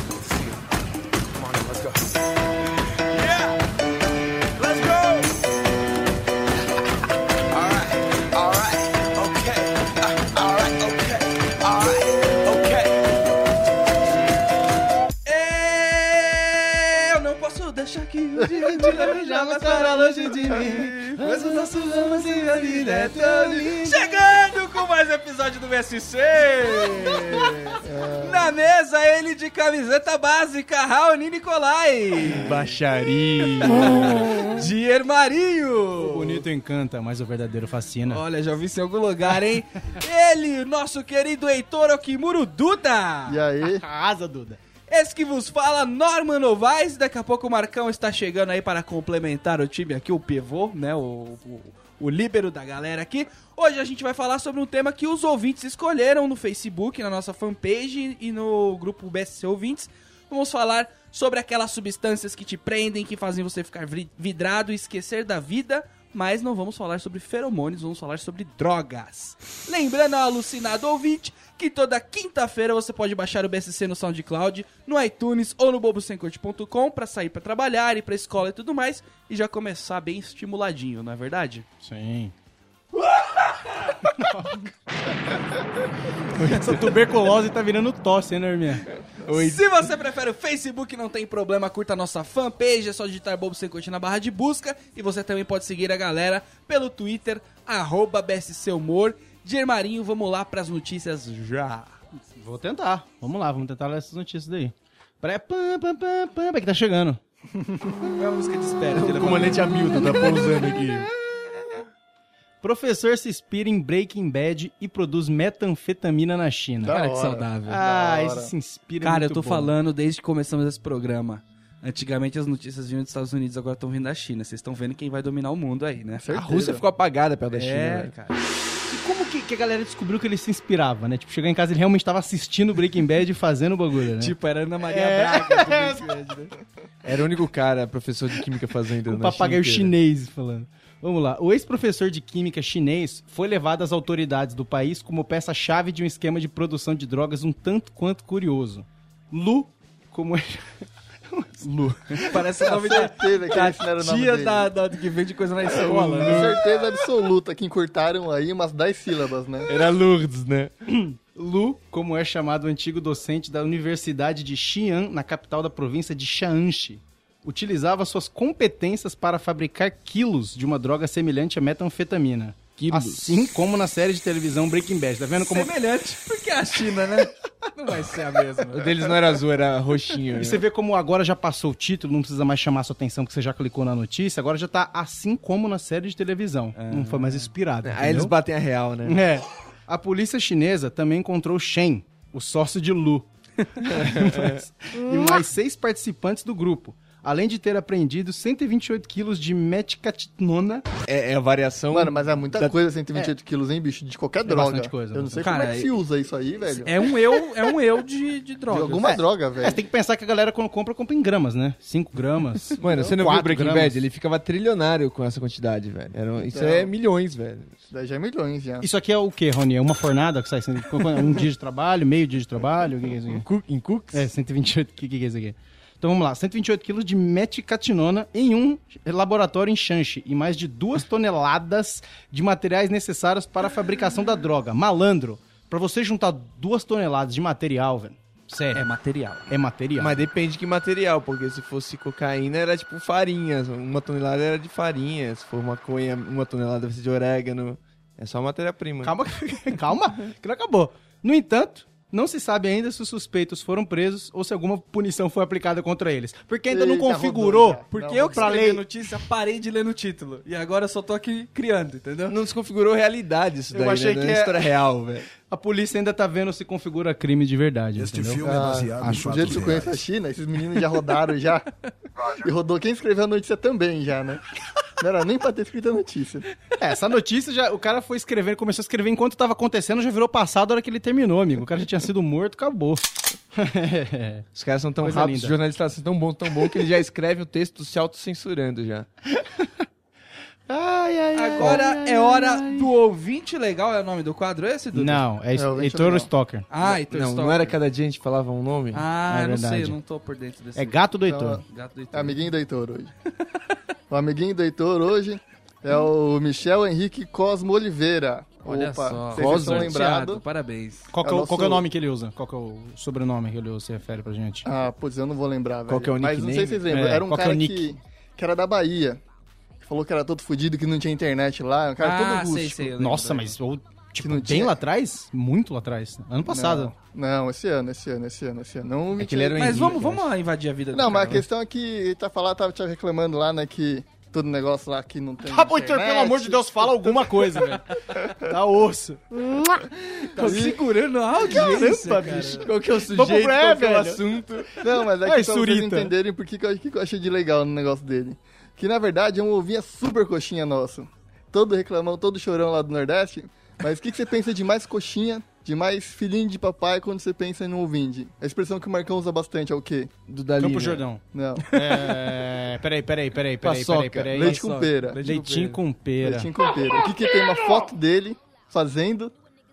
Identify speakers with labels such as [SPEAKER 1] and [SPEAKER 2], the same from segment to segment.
[SPEAKER 1] Uh,
[SPEAKER 2] Já mas para longe de mim. Mas o nosso vamos e a vida é tão linda.
[SPEAKER 1] Chegando com mais episódio do VSC! Na mesa, ele de camiseta básica, Raoni Nicolai.
[SPEAKER 2] Baixaria.
[SPEAKER 1] Dier Marinho.
[SPEAKER 2] Bonito encanta, mas o verdadeiro fascina.
[SPEAKER 1] Olha, já vi isso em algum lugar, hein? ele, nosso querido Heitor Okimuro Duda.
[SPEAKER 3] E aí?
[SPEAKER 2] Asa, Duda.
[SPEAKER 1] Esse que vos fala, Norman Novaes. Daqui a pouco o Marcão está chegando aí para complementar o time aqui, o pivô, né? O, o, o líbero da galera aqui. Hoje a gente vai falar sobre um tema que os ouvintes escolheram no Facebook, na nossa fanpage e no grupo BSC Ouvintes. Vamos falar sobre aquelas substâncias que te prendem, que fazem você ficar vri- vidrado e esquecer da vida. Mas não vamos falar sobre feromônios, vamos falar sobre drogas. Lembrando ao alucinado ouvinte que toda quinta-feira você pode baixar o BSC no SoundCloud, no iTunes ou no bobosemcorte.com pra sair pra trabalhar, ir pra escola e tudo mais e já começar bem estimuladinho, não é verdade?
[SPEAKER 2] Sim. Essa tuberculose tá virando tosse, né, Herminha? Oi.
[SPEAKER 1] Se você prefere o Facebook, não tem problema, curta a nossa fanpage, é só digitar Bobo Sem Curte na barra de busca. E você também pode seguir a galera pelo Twitter, arroba BSC Humor. Germarinho, vamos lá pras notícias já.
[SPEAKER 2] Vou tentar. Vamos lá, vamos tentar ler essas notícias daí. Pré pam pam pam pam, é que tá chegando.
[SPEAKER 1] É uma música de espera.
[SPEAKER 3] O comandante Hamilton tá pousando aqui.
[SPEAKER 2] Professor se inspira em Breaking Bad e produz metanfetamina na China.
[SPEAKER 3] Da
[SPEAKER 1] Cara, que
[SPEAKER 3] hora.
[SPEAKER 1] saudável.
[SPEAKER 2] Ah,
[SPEAKER 3] da
[SPEAKER 2] esse
[SPEAKER 3] hora.
[SPEAKER 2] se inspira é
[SPEAKER 1] Cara, eu
[SPEAKER 2] muito
[SPEAKER 1] tô
[SPEAKER 2] bom.
[SPEAKER 1] falando desde que começamos esse programa. Antigamente as notícias vinham dos Estados Unidos, agora estão vindo da China. Vocês estão vendo quem vai dominar o mundo aí, né?
[SPEAKER 3] Certeza.
[SPEAKER 4] A Rússia ficou apagada perto da China.
[SPEAKER 1] É,
[SPEAKER 4] velho.
[SPEAKER 1] cara.
[SPEAKER 2] E como que, que a galera descobriu que ele se inspirava, né? Tipo, chegar em casa ele realmente tava assistindo Breaking Bad e fazendo o bagulho, né?
[SPEAKER 1] Tipo, era Ana Maria Braga. do Breaking Bad, né?
[SPEAKER 4] Era o único cara, professor de química fazendo
[SPEAKER 2] um
[SPEAKER 4] na
[SPEAKER 2] papagaio
[SPEAKER 4] China inteira.
[SPEAKER 2] chinês falando. Vamos lá. O ex-professor de química chinês foi levado às autoridades do país como peça-chave de um esquema de produção de drogas um tanto quanto curioso. Lu, como é. Lu.
[SPEAKER 1] Parece o nome da,
[SPEAKER 3] Certeza que
[SPEAKER 1] da
[SPEAKER 3] esse não era o nome
[SPEAKER 1] tia
[SPEAKER 3] dele. um
[SPEAKER 1] da, da- que vende coisa na escola, né?
[SPEAKER 3] Certeza absoluta que encurtaram aí umas 10 sílabas, né?
[SPEAKER 4] Era Lourdes, né?
[SPEAKER 2] Lu, como é chamado o antigo docente da Universidade de Xi'an, na capital da província de Shaanxi, utilizava suas competências para fabricar quilos de uma droga semelhante à metanfetamina.
[SPEAKER 4] Quilos.
[SPEAKER 2] Assim como na série de televisão Breaking Bad. Tá vendo como
[SPEAKER 1] Semelhante, porque é a China, né? Não vai ser a mesma.
[SPEAKER 4] O deles não era azul, era roxinho.
[SPEAKER 2] E você vê como agora já passou o título, não precisa mais chamar a sua atenção que você já clicou na notícia, agora já tá assim como na série de televisão. Não foi mais inspirado.
[SPEAKER 4] Ah. É, Aí eles
[SPEAKER 2] entendeu?
[SPEAKER 4] batem a real, né?
[SPEAKER 2] É. A polícia chinesa também encontrou Shen, o sócio de Lu. e mais seis participantes do grupo. Além de ter apreendido 128 quilos de metcatinona.
[SPEAKER 4] É, é a variação.
[SPEAKER 3] Mano, mas é muita coisa 128 quilos, hein, bicho? De qualquer droga.
[SPEAKER 2] bastante coisa,
[SPEAKER 3] eu não sei
[SPEAKER 1] cara.
[SPEAKER 3] como é
[SPEAKER 1] Cara,
[SPEAKER 3] que se usa isso aí, velho.
[SPEAKER 1] É um eu, é um eu de, de
[SPEAKER 3] de
[SPEAKER 1] droga.
[SPEAKER 3] alguma droga,
[SPEAKER 2] É,
[SPEAKER 3] velho.
[SPEAKER 2] você tem que pensar que a galera quando compra, compra em gramas, né? 5 gramas.
[SPEAKER 4] Mano, você não viu o
[SPEAKER 2] Quatro
[SPEAKER 4] Breaking
[SPEAKER 2] gramas.
[SPEAKER 4] Bad? Ele ficava trilionário com essa quantidade, velho. Era- isso
[SPEAKER 3] Não.
[SPEAKER 4] é milhões, velho.
[SPEAKER 3] Isso daí já é milhões, já.
[SPEAKER 2] Isso aqui é o quê, Rony? É uma fornada que sai sendo- um dia de trabalho, meio dia de trabalho? O que que é isso aqui?
[SPEAKER 4] Cook- Em Cooks?
[SPEAKER 2] É, 128, o que, que é isso aqui? Então vamos lá, 128 quilos de meticatinona em um laboratório em Xanxi e mais de duas toneladas de materiais necessários para a fabricação da droga. Malandro, pra você juntar duas toneladas de material, velho,
[SPEAKER 1] É
[SPEAKER 2] sério,
[SPEAKER 1] material.
[SPEAKER 2] é, material.
[SPEAKER 4] Mas depende de que material, porque se fosse cocaína era tipo farinha, uma tonelada era de farinha, se for maconha, uma tonelada vai ser de orégano, é só matéria-prima.
[SPEAKER 2] Calma, calma, que não acabou. No entanto, não se sabe ainda se os suspeitos foram presos ou se alguma punição foi aplicada contra eles. Porque ainda não
[SPEAKER 3] Eita, rodou
[SPEAKER 2] configurou.
[SPEAKER 3] já.
[SPEAKER 1] Porque
[SPEAKER 3] Não,
[SPEAKER 1] eu que
[SPEAKER 2] pra
[SPEAKER 1] escrevi a
[SPEAKER 2] lei.
[SPEAKER 1] notícia, parei de ler no título. E agora eu só tô aqui criando, entendeu?
[SPEAKER 4] Não desconfigurou realidade isso
[SPEAKER 2] Eu
[SPEAKER 4] daí,
[SPEAKER 2] achei
[SPEAKER 4] né? Não
[SPEAKER 2] que
[SPEAKER 4] é
[SPEAKER 2] é-
[SPEAKER 4] história real, velho.
[SPEAKER 2] A polícia ainda tá vendo se configura crime de verdade.
[SPEAKER 5] Este
[SPEAKER 2] entendeu?
[SPEAKER 5] filme é baseado em
[SPEAKER 3] O jeito Ah, que
[SPEAKER 5] fatos
[SPEAKER 3] eu conheço é a
[SPEAKER 5] reais.
[SPEAKER 3] China, esses meninos já rodaram já. E rodou quem escreveu a notícia também já, né? Não era nem pra ter escrito a notícia.
[SPEAKER 2] É, essa notícia já. O cara foi escrevendo, começou a escrever enquanto tava acontecendo, já virou passado a hora que ele terminou, amigo. O cara já tinha sido morto, acabou.
[SPEAKER 4] Os caras são tão
[SPEAKER 2] Coisa
[SPEAKER 4] rápidos,
[SPEAKER 2] linda.
[SPEAKER 4] os jornalistas são tão bons, tão bons, que eles já escrevem o texto se autocensurando já.
[SPEAKER 2] ai, ai,
[SPEAKER 1] Agora é hora do ouvinte legal, é o nome do quadro esse, Dudu?
[SPEAKER 2] Não, é,
[SPEAKER 3] É, o Venture
[SPEAKER 2] Heitor
[SPEAKER 3] não.
[SPEAKER 2] Stalker.
[SPEAKER 1] Ah, então
[SPEAKER 4] não,
[SPEAKER 1] estou-
[SPEAKER 4] não era cada dia a gente falava um nome?
[SPEAKER 1] Ah,
[SPEAKER 2] É
[SPEAKER 1] eu não sei,
[SPEAKER 2] verdade.
[SPEAKER 1] eu não tô por dentro desse
[SPEAKER 2] É gato do Heitor.
[SPEAKER 1] gato do
[SPEAKER 3] É
[SPEAKER 1] Heitor.
[SPEAKER 3] amiguinho do Heitor hoje. O amiguinho do Heitor hoje é o Michel Henrique Cosmo Oliveira.
[SPEAKER 1] Olha
[SPEAKER 3] Opa,
[SPEAKER 1] só.
[SPEAKER 3] vocês estão
[SPEAKER 1] Sorteado,
[SPEAKER 3] lembrado.
[SPEAKER 1] Parabéns.
[SPEAKER 2] Qual, que é
[SPEAKER 3] É o
[SPEAKER 2] o- qual que é o
[SPEAKER 3] nosso-
[SPEAKER 2] nome que ele usa? Qual que é o sobrenome que ele se refere pra gente?
[SPEAKER 3] Ah, putz, eu não vou lembrar, velho.
[SPEAKER 4] Qual que é o
[SPEAKER 3] Mas não sei
[SPEAKER 4] nickname?
[SPEAKER 3] se vocês lembram.
[SPEAKER 2] É,
[SPEAKER 3] era um
[SPEAKER 2] qual que é
[SPEAKER 3] cara
[SPEAKER 2] o nick?
[SPEAKER 3] que... que era da Bahia. Que falou que era todo fudido, que não tinha internet lá. Um cara
[SPEAKER 2] Ah,
[SPEAKER 3] todo rústico.
[SPEAKER 1] Ah, eu lembro
[SPEAKER 2] Nossa,
[SPEAKER 1] daí.
[SPEAKER 2] mas ou, tipo,
[SPEAKER 3] não
[SPEAKER 2] bem
[SPEAKER 3] tinha-
[SPEAKER 2] lá atrás? Muito lá atrás. Ano passado.
[SPEAKER 3] Não, esse ano, esse ano, esse ano, esse ano. Não me
[SPEAKER 2] que ele era um
[SPEAKER 1] Mas
[SPEAKER 2] Henrique,
[SPEAKER 1] vamos,
[SPEAKER 2] eu
[SPEAKER 1] vamos lá invadir a vida do
[SPEAKER 3] Não, mas a
[SPEAKER 1] cara, né?
[SPEAKER 3] questão é que ele tá falando, tava te reclamando lá, né, que todo negócio lá que não tem.
[SPEAKER 2] Ah, pô, Heitor, pelo amor de Deus, fala alguma coisa, velho. Tá osso.
[SPEAKER 1] Tá segurando a audiência,
[SPEAKER 4] Caramba,
[SPEAKER 1] cara.
[SPEAKER 4] bicho. Qual que é o sujeito,
[SPEAKER 2] Vamos pro é,
[SPEAKER 4] qual que é o
[SPEAKER 2] velho.
[SPEAKER 4] assunto?
[SPEAKER 3] Não, mas é
[SPEAKER 2] Ai,
[SPEAKER 3] que pra vocês
[SPEAKER 2] Surita.
[SPEAKER 3] entenderem por que que eu, que que eu achei de legal no negócio dele. Que na verdade é um ovinha super coxinha nosso. Todo reclamão, todo chorão lá do Nordeste. Mas o que, que você pensa de mais coxinha, de mais filhinho de papai quando você pensa em um ouvinte? A expressão que o Marcão usa bastante é o quê?
[SPEAKER 4] Do Dalí,
[SPEAKER 2] Campo
[SPEAKER 4] né?
[SPEAKER 2] Jordão.
[SPEAKER 3] Não.
[SPEAKER 2] É. Peraí, peraí, peraí, peraí,
[SPEAKER 3] Paçoca,
[SPEAKER 2] peraí, peraí.
[SPEAKER 3] leite com pera.
[SPEAKER 2] Leitinho com pera.
[SPEAKER 3] Leitinho com pera. O que, que tem uma foto dele fazendo,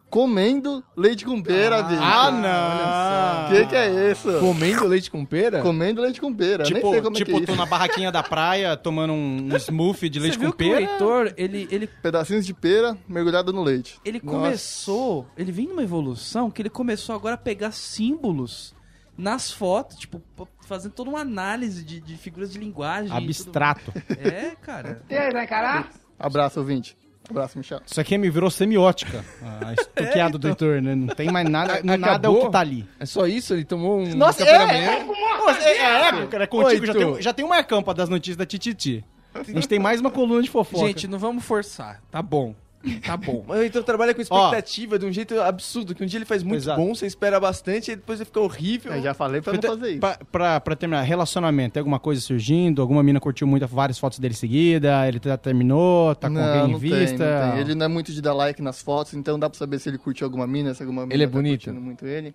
[SPEAKER 3] comendo leite com pera, bicho?
[SPEAKER 2] Ah, não!
[SPEAKER 3] O que, que é isso?
[SPEAKER 4] Comendo leite com pera?
[SPEAKER 3] Comendo leite com pera. Nem sei
[SPEAKER 2] Tipo,
[SPEAKER 3] como
[SPEAKER 2] tipo
[SPEAKER 3] é que é
[SPEAKER 2] tô
[SPEAKER 3] isso.
[SPEAKER 2] na barraquinha da praia tomando um, um smoothie de
[SPEAKER 1] Você
[SPEAKER 2] leite
[SPEAKER 1] viu
[SPEAKER 2] com
[SPEAKER 1] que o
[SPEAKER 2] pera.
[SPEAKER 1] Heitor, ele, ele,
[SPEAKER 3] Pedacinhos de pera mergulhado no leite.
[SPEAKER 1] ele
[SPEAKER 3] Nossa.
[SPEAKER 1] começou, ele vem numa evolução que ele começou agora a pegar símbolos nas fotos, tipo, p- fazendo toda uma análise de, de figuras de linguagem. e tudo
[SPEAKER 2] Abstrato.
[SPEAKER 1] mais. É, cara.
[SPEAKER 3] Abraço, ouvinte. Abraço, Michel.
[SPEAKER 2] Isso aqui me virou semiótica. A estuqueada do Heitor, né? Não tem mais nada, nada é o que tá ali.
[SPEAKER 4] É só isso? Ele tomou um
[SPEAKER 2] Nossa,
[SPEAKER 4] café da
[SPEAKER 2] é,
[SPEAKER 4] manhã?
[SPEAKER 2] Pô, é, é, é, cara, contigo
[SPEAKER 4] Oi,
[SPEAKER 2] já
[SPEAKER 4] Tu.
[SPEAKER 2] tem, já tem uma campa das notícias da Tititi. A gente tem mais uma coluna de fofoca.
[SPEAKER 1] Gente, não vamos forçar. Tá bom. Tá bom.
[SPEAKER 4] Mas então trabalha com expectativa de um jeito absurdo, que um dia ele faz muito
[SPEAKER 2] Exato.
[SPEAKER 4] bom, você espera bastante, e depois ele fica horrível.
[SPEAKER 3] Eu É, já falei pra não
[SPEAKER 2] Então,
[SPEAKER 3] fazer isso.
[SPEAKER 2] Pra, pra- pra terminar, relacionamento, tem alguma coisa surgindo? Alguma mina curtiu muito várias fotos dele seguida? Ele já terminou? Tá com alguém em
[SPEAKER 3] não tem,
[SPEAKER 2] vista?
[SPEAKER 3] não tem. Ele não é muito de dar like nas fotos, então dá pra saber se ele curtiu alguma mina, se alguma mina
[SPEAKER 4] Ele é
[SPEAKER 3] tá
[SPEAKER 4] bonito?
[SPEAKER 3] curtindo muito ele.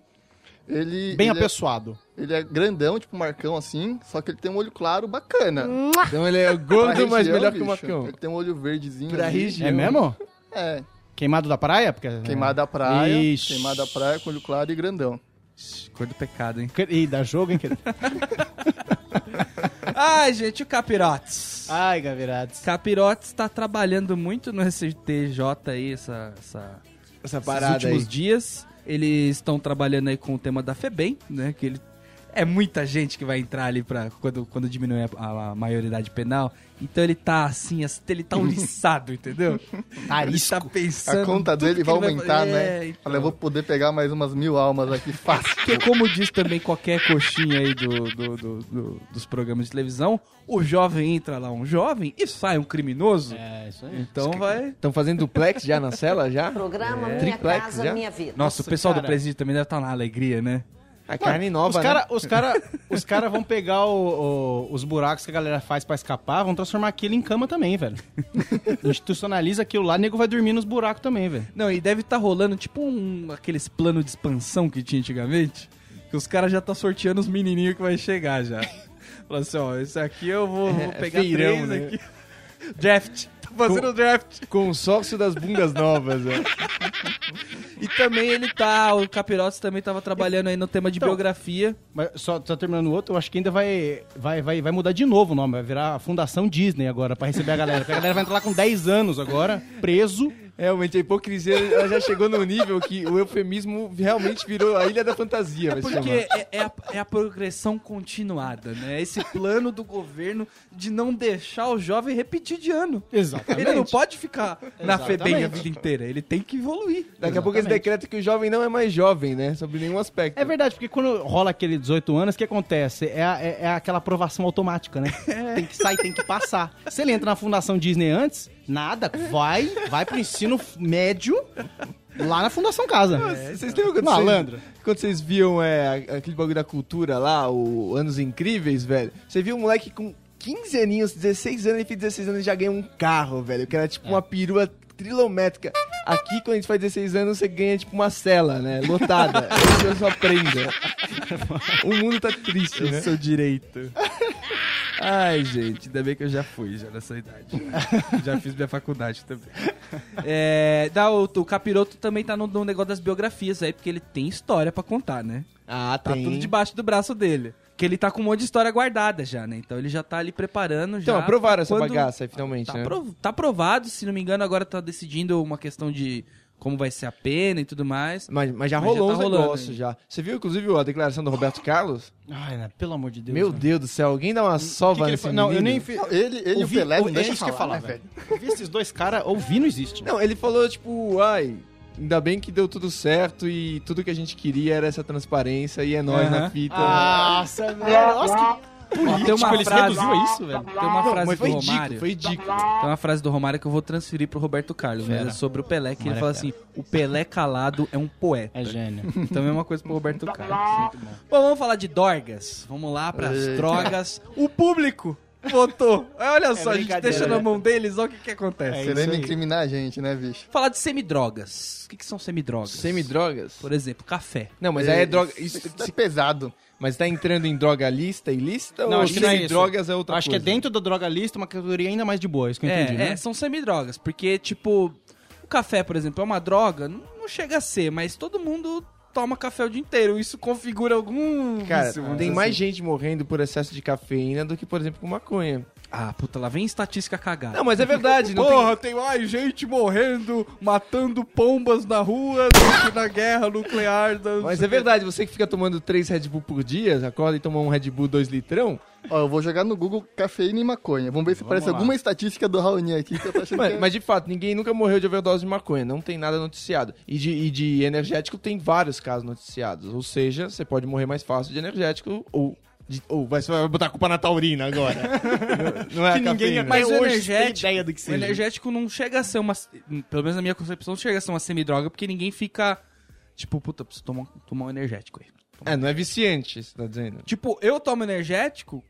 [SPEAKER 3] Ele,
[SPEAKER 2] Bem
[SPEAKER 3] ele, é,
[SPEAKER 2] apessoado.
[SPEAKER 3] ele é grandão, tipo Marcão assim, só que ele tem um olho claro bacana.
[SPEAKER 2] Hum,
[SPEAKER 4] Então ele é
[SPEAKER 3] Pra
[SPEAKER 4] gordo, mas
[SPEAKER 3] região,
[SPEAKER 4] melhor que
[SPEAKER 3] bicho,
[SPEAKER 4] o Marcão.
[SPEAKER 3] Ele tem um olho verdezinho.
[SPEAKER 4] Pra
[SPEAKER 3] ali.
[SPEAKER 4] região.
[SPEAKER 2] É mesmo?
[SPEAKER 3] É,
[SPEAKER 2] Queimado da praia? Porque,
[SPEAKER 3] queimado da praia,
[SPEAKER 2] Ixi.
[SPEAKER 3] queimado da praia, com olho claro e grandão.
[SPEAKER 1] Cor do pecado, hein?
[SPEAKER 2] Ih, dá jogo, hein?
[SPEAKER 1] Ai, gente, o Capirotes.
[SPEAKER 2] Ai, Gavirados.
[SPEAKER 1] Capirotes tá trabalhando muito no STJ aí, essa, essa,
[SPEAKER 4] Essa
[SPEAKER 1] esses
[SPEAKER 4] parada
[SPEAKER 1] últimos
[SPEAKER 4] aí.
[SPEAKER 1] dias. Eles estão trabalhando aí com o tema da FEBEM, né? Que ele... É muita gente que vai entrar ali pra, quando, quando diminui a, a- a maioridade penal. Então ele tá assim, as- ele tá uliçado, entendeu?
[SPEAKER 2] É,
[SPEAKER 1] Ele tá
[SPEAKER 2] Arisco.
[SPEAKER 1] pensando.
[SPEAKER 3] A
[SPEAKER 1] em
[SPEAKER 3] conta
[SPEAKER 1] tudo
[SPEAKER 3] dele
[SPEAKER 1] que
[SPEAKER 3] vai
[SPEAKER 1] ele
[SPEAKER 3] aumentar,
[SPEAKER 1] fazer.
[SPEAKER 3] né?
[SPEAKER 1] É,
[SPEAKER 3] Falei, eu vou poder pegar mais umas mil almas aqui fácil.
[SPEAKER 1] Porque, como diz também qualquer coxinha aí do- do- do- do- dos programas de televisão, o jovem entra lá, um jovem, e sai um criminoso.
[SPEAKER 2] É, isso aí.
[SPEAKER 1] Então vai.
[SPEAKER 4] Estão fazendo duplex já na cela, já?
[SPEAKER 5] Programa
[SPEAKER 4] É.
[SPEAKER 5] Minha
[SPEAKER 4] Triplex
[SPEAKER 5] Casa
[SPEAKER 4] já?
[SPEAKER 5] Minha Vida.
[SPEAKER 1] Nossa, o pessoal
[SPEAKER 2] cara.
[SPEAKER 1] do presídio também deve estar na alegria, né?
[SPEAKER 4] A carne
[SPEAKER 2] Os
[SPEAKER 4] nova, né?
[SPEAKER 2] caras os cara, os cara vão pegar o- o- os buracos que a galera faz pra escapar, vão transformar aquilo em cama também, velho. Institucionaliza aquilo lá, nego vai dormir nos buracos também, velho.
[SPEAKER 1] Não, e deve estar rolando tipo um, aqueles planos de expansão que tinha antigamente, que os caras já estão sorteando os menininhos que vai chegar já. Fala assim, ó, esse aqui eu vou, vou pegar
[SPEAKER 4] feirão,
[SPEAKER 1] três
[SPEAKER 4] né?
[SPEAKER 1] aqui. Draft. Tá fazendo o draft.
[SPEAKER 4] Consórcio das bundas novas, né?
[SPEAKER 1] E também ele tá, o Capirotes também tava trabalhando aí no tema de
[SPEAKER 2] Então,
[SPEAKER 1] biografia.
[SPEAKER 2] Mas só, só terminando o outro, eu acho que ainda vai, vai, vai, vai mudar de novo o nome. Vai virar a Fundação Disney agora, pra receber a galera. Porque a galera vai entrar lá com 10 anos agora, preso.
[SPEAKER 4] Realmente, a hipocrisia ela já chegou no nível que o eufemismo realmente virou a ilha da fantasia, vai se chamar.
[SPEAKER 1] Porque é, é a, é a progressão continuada, né? Esse plano do governo de não deixar o jovem repetir de ano.
[SPEAKER 2] Exatamente.
[SPEAKER 1] Ele não pode ficar na
[SPEAKER 2] Exatamente.
[SPEAKER 1] FEBEM a vida inteira, ele tem que evoluir.
[SPEAKER 4] Daqui a pouco eles
[SPEAKER 2] Exatamente.
[SPEAKER 4] decretam que o jovem não é mais jovem, né? Sobre nenhum aspecto.
[SPEAKER 2] É verdade, porque quando rola aquele 18 anos, o que acontece? É, a- é- é aquela aprovação automática, né? Tem que sair, tem que passar. Se ele entra na Fundação Disney antes, nada, vai, vai pro ensino médio lá na Fundação Casa.
[SPEAKER 1] É, então.
[SPEAKER 4] Vocês lembram quando
[SPEAKER 2] Malandro.
[SPEAKER 4] Vocês, quando vocês viam é, a- aquele bagulho da cultura lá, o Anos Incríveis, velho? Você viu um moleque com 15 aninhos, 16 anos, ele fez 16 anos e já ganhou um carro, velho. Que era
[SPEAKER 1] É.
[SPEAKER 4] tipo uma perua trilométrica. Aqui, quando a gente faz 16 anos, você ganha tipo uma cela, né? Lotada. Isso eu só prenda. O mundo tá triste, né?
[SPEAKER 1] seu direito. Ai, gente, ainda bem que eu já fui, já nessa idade. já fiz minha faculdade também. É, dá, o, o Capiroto também tá no, no negócio das biografias aí, porque ele tem história pra contar, né?
[SPEAKER 4] Ah,
[SPEAKER 1] Tá tudo debaixo do braço dele. Que ele tá com um monte de história guardada já, né? Então ele já tá ali preparando já.
[SPEAKER 4] Então, aprovaram essa
[SPEAKER 1] Quando-
[SPEAKER 4] bagaça aí, finalmente,
[SPEAKER 1] Tá,
[SPEAKER 4] né?
[SPEAKER 1] apro- tá aprovado, se não me engano, agora tá decidindo uma questão de como vai ser a pena e tudo mais.
[SPEAKER 4] Mas, mas já
[SPEAKER 1] Mas já
[SPEAKER 4] rolou
[SPEAKER 1] tá
[SPEAKER 4] uns
[SPEAKER 1] rolando
[SPEAKER 4] negócios
[SPEAKER 1] aí.
[SPEAKER 4] já. Você viu, inclusive, a declaração do Roberto Carlos?
[SPEAKER 2] Ai, né, pelo amor de Deus.
[SPEAKER 4] Meu
[SPEAKER 2] né?
[SPEAKER 4] Deus do céu, alguém dá uma
[SPEAKER 2] Que que
[SPEAKER 4] sova
[SPEAKER 2] ele
[SPEAKER 4] nesse
[SPEAKER 2] fa- Não, eu
[SPEAKER 4] menino?
[SPEAKER 2] nem fi-
[SPEAKER 3] Não, ele ele e o
[SPEAKER 2] Ouvi-
[SPEAKER 3] Pelé, não
[SPEAKER 2] é
[SPEAKER 3] deixa
[SPEAKER 2] isso que eu ia
[SPEAKER 3] falar,
[SPEAKER 2] falar,
[SPEAKER 3] né,
[SPEAKER 2] velho. Ouvir esses dois caras, ouvir não existe.
[SPEAKER 4] Não, ele falou, tipo, ai, ainda bem que deu tudo certo e tudo que a gente queria era essa transparência e é nóis
[SPEAKER 1] Aham.
[SPEAKER 4] na fita.
[SPEAKER 2] Ah, Nossa, velho. Nossa, que político.
[SPEAKER 1] Tem uma
[SPEAKER 2] ele se
[SPEAKER 1] frase-
[SPEAKER 2] reduziu a isso, velho.
[SPEAKER 1] Tem uma
[SPEAKER 4] Não,
[SPEAKER 1] frase
[SPEAKER 4] mas
[SPEAKER 1] do
[SPEAKER 4] foi
[SPEAKER 1] Romário.
[SPEAKER 4] ridículo, foi ridículo.
[SPEAKER 1] Tem uma frase do Romário que eu vou transferir pro Roberto Carlos, né?
[SPEAKER 2] Fera.
[SPEAKER 1] Sobre o Pelé, que ele
[SPEAKER 2] Romário
[SPEAKER 1] fala
[SPEAKER 2] é
[SPEAKER 1] assim: o Pelé calado é um poeta.
[SPEAKER 2] É gênio.
[SPEAKER 1] Então é uma coisa pro Roberto Carlos. Bom, vamos falar de Dorgas. Vamos lá pras
[SPEAKER 3] Eita.
[SPEAKER 1] drogas. O público votou. É, Olha só, a gente
[SPEAKER 2] brincadeira,
[SPEAKER 1] deixa na
[SPEAKER 2] né?
[SPEAKER 1] mão deles, olha o que, que acontece.
[SPEAKER 2] É
[SPEAKER 3] Querendo
[SPEAKER 2] isso aí.
[SPEAKER 3] incriminar a gente, né, bicho?
[SPEAKER 1] Falar de semidrogas. O que, que são semidrogas?
[SPEAKER 4] Semidrogas?
[SPEAKER 1] Por exemplo, café.
[SPEAKER 4] Não, mas aí é droga. Isso,
[SPEAKER 3] Isso é pesado.
[SPEAKER 4] mas tá entrando em droga lista e lista?
[SPEAKER 2] Não,
[SPEAKER 4] ou
[SPEAKER 2] acho que não é isso.
[SPEAKER 4] drogas é outra
[SPEAKER 2] Acho que
[SPEAKER 4] coisa?
[SPEAKER 2] é dentro da droga lista uma categoria ainda mais de boa, é isso que eu
[SPEAKER 1] é,
[SPEAKER 2] entendi,
[SPEAKER 1] é,
[SPEAKER 2] né?
[SPEAKER 1] são semidrogas, porque, tipo, o café, por exemplo, é uma droga, não, não chega a ser, mas todo mundo toma café o dia inteiro, isso configura algum...
[SPEAKER 4] Cara,
[SPEAKER 1] vício, vamos
[SPEAKER 4] tem
[SPEAKER 1] dizer
[SPEAKER 4] mais
[SPEAKER 1] assim.
[SPEAKER 4] gente morrendo por excesso de cafeína do que, por exemplo, com maconha.
[SPEAKER 1] Ah, puta, lá vem estatística cagada.
[SPEAKER 4] Não, mas é verdade. não tem-
[SPEAKER 1] Porra, tem... mais gente morrendo, matando pombas na rua, do que na guerra nuclear. da-
[SPEAKER 4] Mas é verdade, você que fica tomando três Red Bull por dia, acorda e toma um Red Bull 2 litrão.
[SPEAKER 3] Ó, eu vou jogar no Google cafeína e maconha. Vamos ver se aparece
[SPEAKER 2] lá.
[SPEAKER 3] alguma estatística do Raoni aqui que eu tô achando que
[SPEAKER 4] Mas,
[SPEAKER 3] é-
[SPEAKER 4] mas, de fato, ninguém nunca morreu de overdose de maconha, não tem nada noticiado. E de, e de energético tem vários casos noticiados. Ou seja, você pode morrer mais fácil de energético ou. de- ou vai, você vai botar a culpa na taurina agora. não, não é a cafeína.
[SPEAKER 1] Mas o
[SPEAKER 2] hoje
[SPEAKER 1] energético-
[SPEAKER 2] tem ideia do que
[SPEAKER 1] O
[SPEAKER 2] seja.
[SPEAKER 1] energético não chega a ser uma. Pelo menos na minha concepção, não chega a ser uma semidroga, porque ninguém fica. Tipo, puta, preciso tomar, tomar um energético aí.
[SPEAKER 4] É, não é viciante, você tá
[SPEAKER 3] É.
[SPEAKER 4] dizendo.
[SPEAKER 1] Tipo, eu tomo energético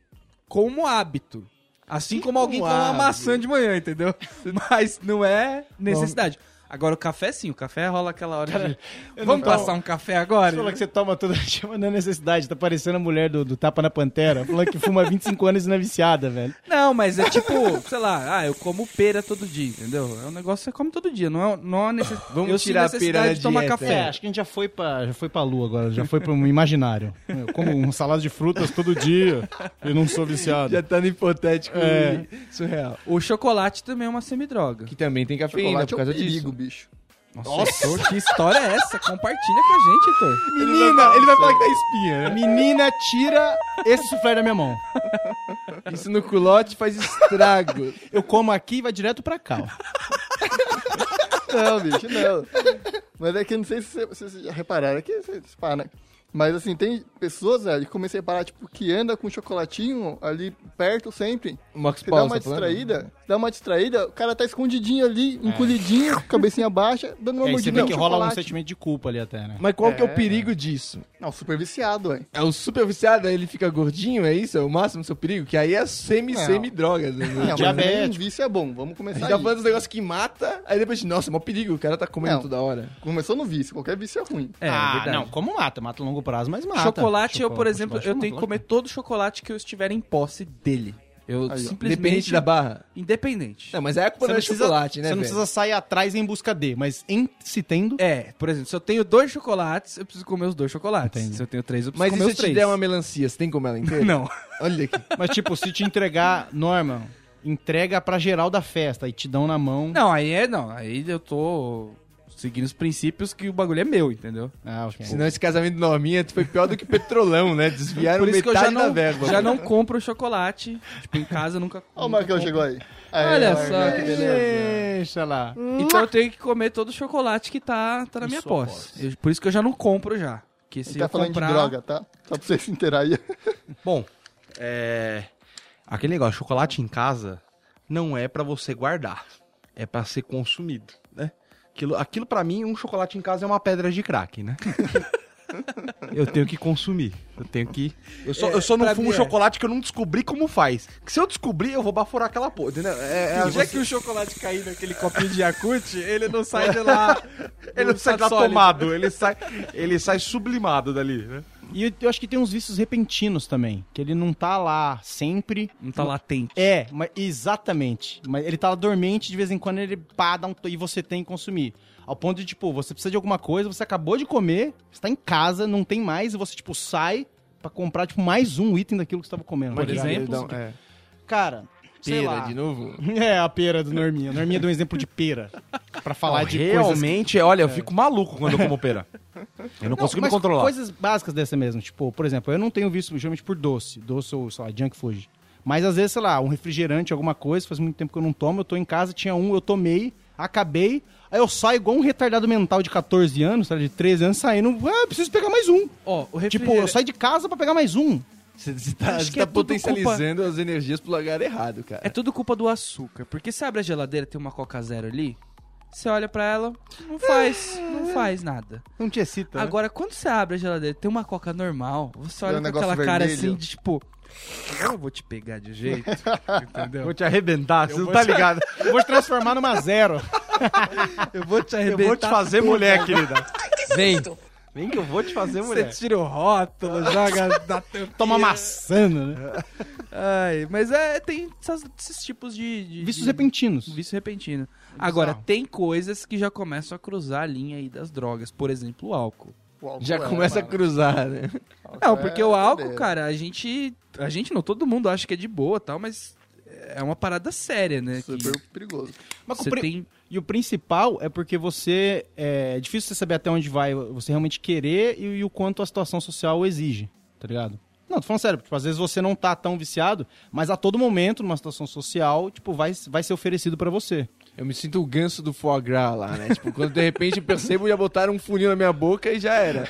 [SPEAKER 1] como hábito. Assim como alguém
[SPEAKER 4] como
[SPEAKER 1] toma uma
[SPEAKER 4] hábito.
[SPEAKER 1] maçã de manhã, entendeu? Mas não é necessidade. Agora o café sim, o café rola aquela hora de. Vamos
[SPEAKER 2] não-
[SPEAKER 1] passar um café agora?
[SPEAKER 2] Você falou que você toma toda chama não é necessidade, tá parecendo a mulher do, do Tapa na Pantera, falando que fuma 25 anos e não é viciada, velho.
[SPEAKER 1] Não, mas é tipo, sei lá, ah, eu como pera todo dia, entendeu? É um negócio que você come todo dia, não é, não é necess...
[SPEAKER 4] Vamos
[SPEAKER 1] eu sinto
[SPEAKER 4] tirar a pera
[SPEAKER 1] necessidade
[SPEAKER 4] da
[SPEAKER 1] de tomar
[SPEAKER 4] dieta,
[SPEAKER 2] É,
[SPEAKER 1] café.
[SPEAKER 2] acho que a gente já foi pra, já foi pra lua agora, já foi pra um imaginário. Eu como um salado de frutas todo dia e não sou viciado.
[SPEAKER 4] Já tá no hipotético
[SPEAKER 2] É.
[SPEAKER 4] e surreal.
[SPEAKER 1] O chocolate também é uma semidroga.
[SPEAKER 4] Tipo, Que também tem cafeína
[SPEAKER 3] Chocolate
[SPEAKER 4] por causa
[SPEAKER 3] é um perigo,
[SPEAKER 4] disso.
[SPEAKER 3] bicho.
[SPEAKER 1] Nossa, Heitor, que história é essa? Compartilha com a gente, Heitor.
[SPEAKER 4] Menina, ele vai falar que
[SPEAKER 2] é
[SPEAKER 4] tá espinha, né?
[SPEAKER 2] Menina, tira esse suflé da minha mão.
[SPEAKER 4] Isso no culote faz estrago.
[SPEAKER 2] Eu como aqui e vai direto pra cá. ó.
[SPEAKER 3] Não, bicho, não. Mas é que eu não sei se você- se vocês já repararam, é que vocês param, né? Mas assim, tem pessoas, velho, que comecei a reparar, tipo, que anda com um chocolatinho ali perto sempre.
[SPEAKER 4] O Max
[SPEAKER 3] Você dá
[SPEAKER 4] Paul,
[SPEAKER 3] uma
[SPEAKER 4] tá falando?
[SPEAKER 3] distraída, dá uma distraída, o cara tá escondidinho ali, encolhidinho, cabecinha baixa, dando uma
[SPEAKER 2] E aí
[SPEAKER 3] mordida.
[SPEAKER 2] você vê
[SPEAKER 3] no
[SPEAKER 2] que rola um
[SPEAKER 3] chocolate.
[SPEAKER 2] sentimento de culpa ali até, né?
[SPEAKER 4] Mas qual que é
[SPEAKER 3] É.
[SPEAKER 4] o perigo disso?
[SPEAKER 3] Não, super viciado, velho.
[SPEAKER 4] É o super viciado, aí ele fica gordinho, é isso? É o máximo do seu perigo? Que aí é
[SPEAKER 3] Não.
[SPEAKER 4] semi-semi-drogas. Né?
[SPEAKER 3] Não, mas
[SPEAKER 2] Diabético.
[SPEAKER 3] nem vício é bom, vamos
[SPEAKER 4] A gente
[SPEAKER 3] começar
[SPEAKER 4] tá
[SPEAKER 3] aí.
[SPEAKER 4] falando dos negócios que mata, aí depois, nossa, mó perigo, o cara tá comendo
[SPEAKER 3] Não.
[SPEAKER 4] toda hora.
[SPEAKER 3] Começou no vício, qualquer vício é ruim.
[SPEAKER 1] É,
[SPEAKER 2] ah,
[SPEAKER 1] verdade.
[SPEAKER 2] não, como mata? Mata a longo prazo, mas mata.
[SPEAKER 1] Chocolate, eu, por
[SPEAKER 2] Chocolate,
[SPEAKER 1] exemplo,
[SPEAKER 2] chocolate,
[SPEAKER 1] eu tenho que comer
[SPEAKER 2] chocolate.
[SPEAKER 1] todo o chocolate que eu estiver em posse dele. Eu
[SPEAKER 3] Aí, ó.
[SPEAKER 1] simplesmente.
[SPEAKER 4] Independente da barra.
[SPEAKER 1] Independente.
[SPEAKER 4] Não, mas aí a culpa
[SPEAKER 2] Você
[SPEAKER 4] não,
[SPEAKER 2] não
[SPEAKER 4] é
[SPEAKER 2] precisa,
[SPEAKER 4] chocolate, né,
[SPEAKER 2] Você não
[SPEAKER 4] velho?
[SPEAKER 2] precisa sair atrás em busca de, mas em se tendo...
[SPEAKER 1] É, por exemplo, se eu tenho dois chocolates, eu preciso comer os dois chocolates.
[SPEAKER 2] Entendi.
[SPEAKER 1] Se eu tenho três, eu preciso
[SPEAKER 4] Mas e
[SPEAKER 1] comer
[SPEAKER 4] se eu
[SPEAKER 1] os
[SPEAKER 4] te
[SPEAKER 1] três.
[SPEAKER 4] der uma melancia, você tem que comer ela inteira?
[SPEAKER 1] Não.
[SPEAKER 4] Olha que...
[SPEAKER 2] Mas, tipo, se te entregar, Norman, entrega pra geral da festa e te dão na mão.
[SPEAKER 1] Não, aí é. Não, aí eu tô seguindo os princípios que o bagulho é meu, entendeu?
[SPEAKER 2] Ah, ok.
[SPEAKER 4] Senão esse casamento norminha foi pior do que petrolão, né? Desviaram
[SPEAKER 1] Por isso que eu
[SPEAKER 4] metade
[SPEAKER 1] já
[SPEAKER 4] da
[SPEAKER 1] não,
[SPEAKER 4] verba.
[SPEAKER 1] já não compro chocolate. Tipo, em casa eu nunca.
[SPEAKER 3] Olha o
[SPEAKER 1] nunca
[SPEAKER 3] Marcão
[SPEAKER 1] compro.
[SPEAKER 3] chegou aí. Aí,
[SPEAKER 1] Olha
[SPEAKER 3] ó,
[SPEAKER 1] só que beleza.
[SPEAKER 2] Deixa lá.
[SPEAKER 1] Então eu tenho que comer todo o chocolate que tá, tá na minha posse. Eu- por isso que eu já não compro já. Que se
[SPEAKER 3] Ele tá
[SPEAKER 1] eu
[SPEAKER 3] falando
[SPEAKER 1] comprar...
[SPEAKER 3] de droga, tá? Só pra você se inteirar aí.
[SPEAKER 5] Bom, é. Aquele negócio, chocolate em casa não é pra você guardar, é pra ser consumido, né? Aquilo, aquilo para mim, um chocolate em casa é uma pedra de crack, né? eu tenho que consumir, eu tenho que. Eu só, eu só não
[SPEAKER 1] pra
[SPEAKER 5] fumo
[SPEAKER 1] mim é.
[SPEAKER 5] chocolate que eu não descobri como faz. Que se eu descobrir, eu vou baforar aquela porra, entendeu? É, é-
[SPEAKER 1] O dia que o chocolate cair naquele copinho de Yakut, ele não sai de lá.
[SPEAKER 5] ele não sai de lá
[SPEAKER 1] sólido.
[SPEAKER 5] tomado, ele sai, ele sai sublimado dali, né?
[SPEAKER 2] E eu, eu acho que tem uns vícios repentinos também. Que ele não tá lá sempre.
[SPEAKER 1] Não tá latente.
[SPEAKER 2] É, mas exatamente. Mas ele tá lá dormente, de vez em quando ele pá, dá um to- e você tem que consumir. Ao ponto de, tipo, você precisa de alguma coisa, você acabou de comer, você tá em casa, não tem mais, e você, tipo, sai pra comprar, tipo, mais um item daquilo que você tava comendo.
[SPEAKER 1] Por
[SPEAKER 2] Tá ligado?
[SPEAKER 1] exemplo,
[SPEAKER 4] Não, é.
[SPEAKER 2] Cara, sei
[SPEAKER 4] Pera
[SPEAKER 2] lá.
[SPEAKER 4] de novo?
[SPEAKER 2] É, a pera do Norminha. Norminha deu um exemplo de pera. pra falar
[SPEAKER 5] Não,
[SPEAKER 2] de coisas...
[SPEAKER 5] Realmente, olha, eu fico maluco quando eu como pera. Eu não, consigo me
[SPEAKER 2] mas
[SPEAKER 5] controlar.
[SPEAKER 2] Coisas básicas dessa mesmo. Tipo, por exemplo, eu não tenho visto geralmente por doce. Doce ou, sei lá, junk food. Mas às vezes, sei lá, um refrigerante, alguma coisa, faz muito tempo que eu não tomo, eu tô em casa, tinha um, eu tomei, acabei, aí eu saio igual um retardado mental de 14 anos, sei lá, de 13 anos, saindo, ah, preciso pegar mais um.
[SPEAKER 1] Ó, o
[SPEAKER 2] Tipo, eu saio de casa pra pegar mais um.
[SPEAKER 4] Você você tá,
[SPEAKER 1] Acho
[SPEAKER 4] você
[SPEAKER 1] que
[SPEAKER 4] tá
[SPEAKER 1] é tudo
[SPEAKER 4] potencializando as energias pro lugar errado, cara.
[SPEAKER 1] É tudo culpa do açúcar. Porque você abre a geladeira, tem uma Coca Zero ali. Você olha pra ela, não faz, não faz nada.
[SPEAKER 4] Não te excita, né?
[SPEAKER 1] Agora, quando você abre a geladeira, tem uma Coca normal, você olha
[SPEAKER 3] Tá. um
[SPEAKER 1] com
[SPEAKER 3] negócio
[SPEAKER 1] aquela cara
[SPEAKER 3] vermelho.
[SPEAKER 1] assim de tipo, eu vou te pegar de jeito, entendeu?
[SPEAKER 5] Vou te arrebentar, você não tá ligado. Vou te transformar numa zero.
[SPEAKER 1] Eu vou te
[SPEAKER 5] Eu
[SPEAKER 1] arrebentar.
[SPEAKER 5] vou te fazer mulher, querida.
[SPEAKER 1] Vem,
[SPEAKER 5] Vem que eu vou te fazer
[SPEAKER 1] você
[SPEAKER 5] mulher.
[SPEAKER 1] tira o rótulo, joga da tampinha.
[SPEAKER 2] Toma maçã, né?
[SPEAKER 1] Ai, mas é, tem essas- esses tipos de... de
[SPEAKER 2] Vícios
[SPEAKER 1] de-
[SPEAKER 2] repentinos.
[SPEAKER 1] Vício repentino.
[SPEAKER 3] É
[SPEAKER 1] Agora, tem coisas que já começam a cruzar a linha aí das drogas. Por exemplo, o álcool.
[SPEAKER 3] O álcool
[SPEAKER 4] Já
[SPEAKER 3] é,
[SPEAKER 4] começa a
[SPEAKER 3] mano.
[SPEAKER 4] cruzar, né?
[SPEAKER 3] Álcool
[SPEAKER 1] Não,
[SPEAKER 3] é
[SPEAKER 1] porque o álcool,
[SPEAKER 3] doideira.
[SPEAKER 1] cara, a gente. A gente não, todo mundo acha que é de boa e tal, mas é uma parada séria, né? Que
[SPEAKER 3] Super perigoso.
[SPEAKER 2] Mas
[SPEAKER 1] você
[SPEAKER 2] compre-
[SPEAKER 1] tem.
[SPEAKER 2] E o principal é porque você. É, é difícil você saber até onde vai você realmente querer e, e o quanto a situação social exige, tá ligado? Não, tô falando sério, tipo, às vezes você não tá tão viciado, mas a todo momento, numa situação social, tipo, vai, vai ser oferecido pra você.
[SPEAKER 4] Eu me sinto o ganso do foie gras lá, né? Tipo, quando de repente eu percebo, já botaram um funil na minha boca e já era.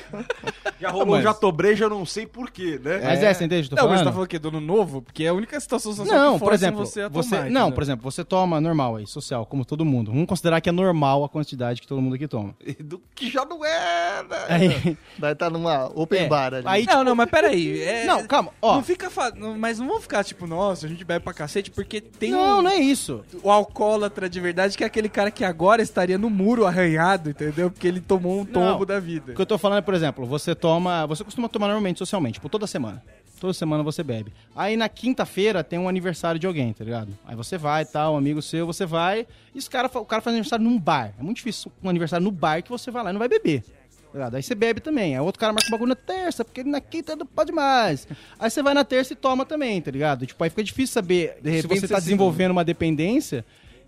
[SPEAKER 5] Já rolou,
[SPEAKER 2] Mas-
[SPEAKER 5] já tobreja, eu não sei porquê, né?
[SPEAKER 2] Mas é, você entende? o que eu Tô falando?
[SPEAKER 1] falando que é dono novo? Porque é a única situação
[SPEAKER 2] Não, por exemplo, você, não, por exemplo, você toma normal aí, social, como todo mundo. Vamos considerar que é normal a quantidade que todo mundo aqui toma.
[SPEAKER 5] Do que já não é, né?
[SPEAKER 2] Aí,
[SPEAKER 3] Daí tá numa open
[SPEAKER 2] É,
[SPEAKER 3] bar ali.
[SPEAKER 2] aí-
[SPEAKER 1] Não, não, mas peraí. é-
[SPEAKER 2] não, calma, ó.
[SPEAKER 1] Não fica. fa- não- Mas não vamos ficar tipo, nossa, a gente bebe pra cacete, porque tem
[SPEAKER 2] não,
[SPEAKER 1] um,
[SPEAKER 2] não é isso.
[SPEAKER 1] o alcoólatra de verdade, que é aquele cara que agora estaria no muro arranhado, entendeu? Porque ele tomou um tombo da vida.
[SPEAKER 2] O que eu tô falando é, por exemplo, você toma. Você costuma tomar normalmente, socialmente, tipo, toda semana. Toda semana você bebe. Aí na quinta-feira tem um aniversário de alguém, tá ligado? Aí você vai e tal, um amigo seu, você vai. E os cara, fa- o cara faz aniversário num bar. É muito difícil um aniversário no bar que você vai lá e não vai beber. tá ligado? Aí você bebe também. Aí o outro cara marca o bagulho na terça, porque na quinta é não pode mais. Aí você vai na terça e toma também, tá ligado? Tipo, aí fica difícil saber de repente,
[SPEAKER 4] repente
[SPEAKER 2] se você
[SPEAKER 4] você
[SPEAKER 2] tá
[SPEAKER 4] se-
[SPEAKER 2] desenvolvendo uma dependência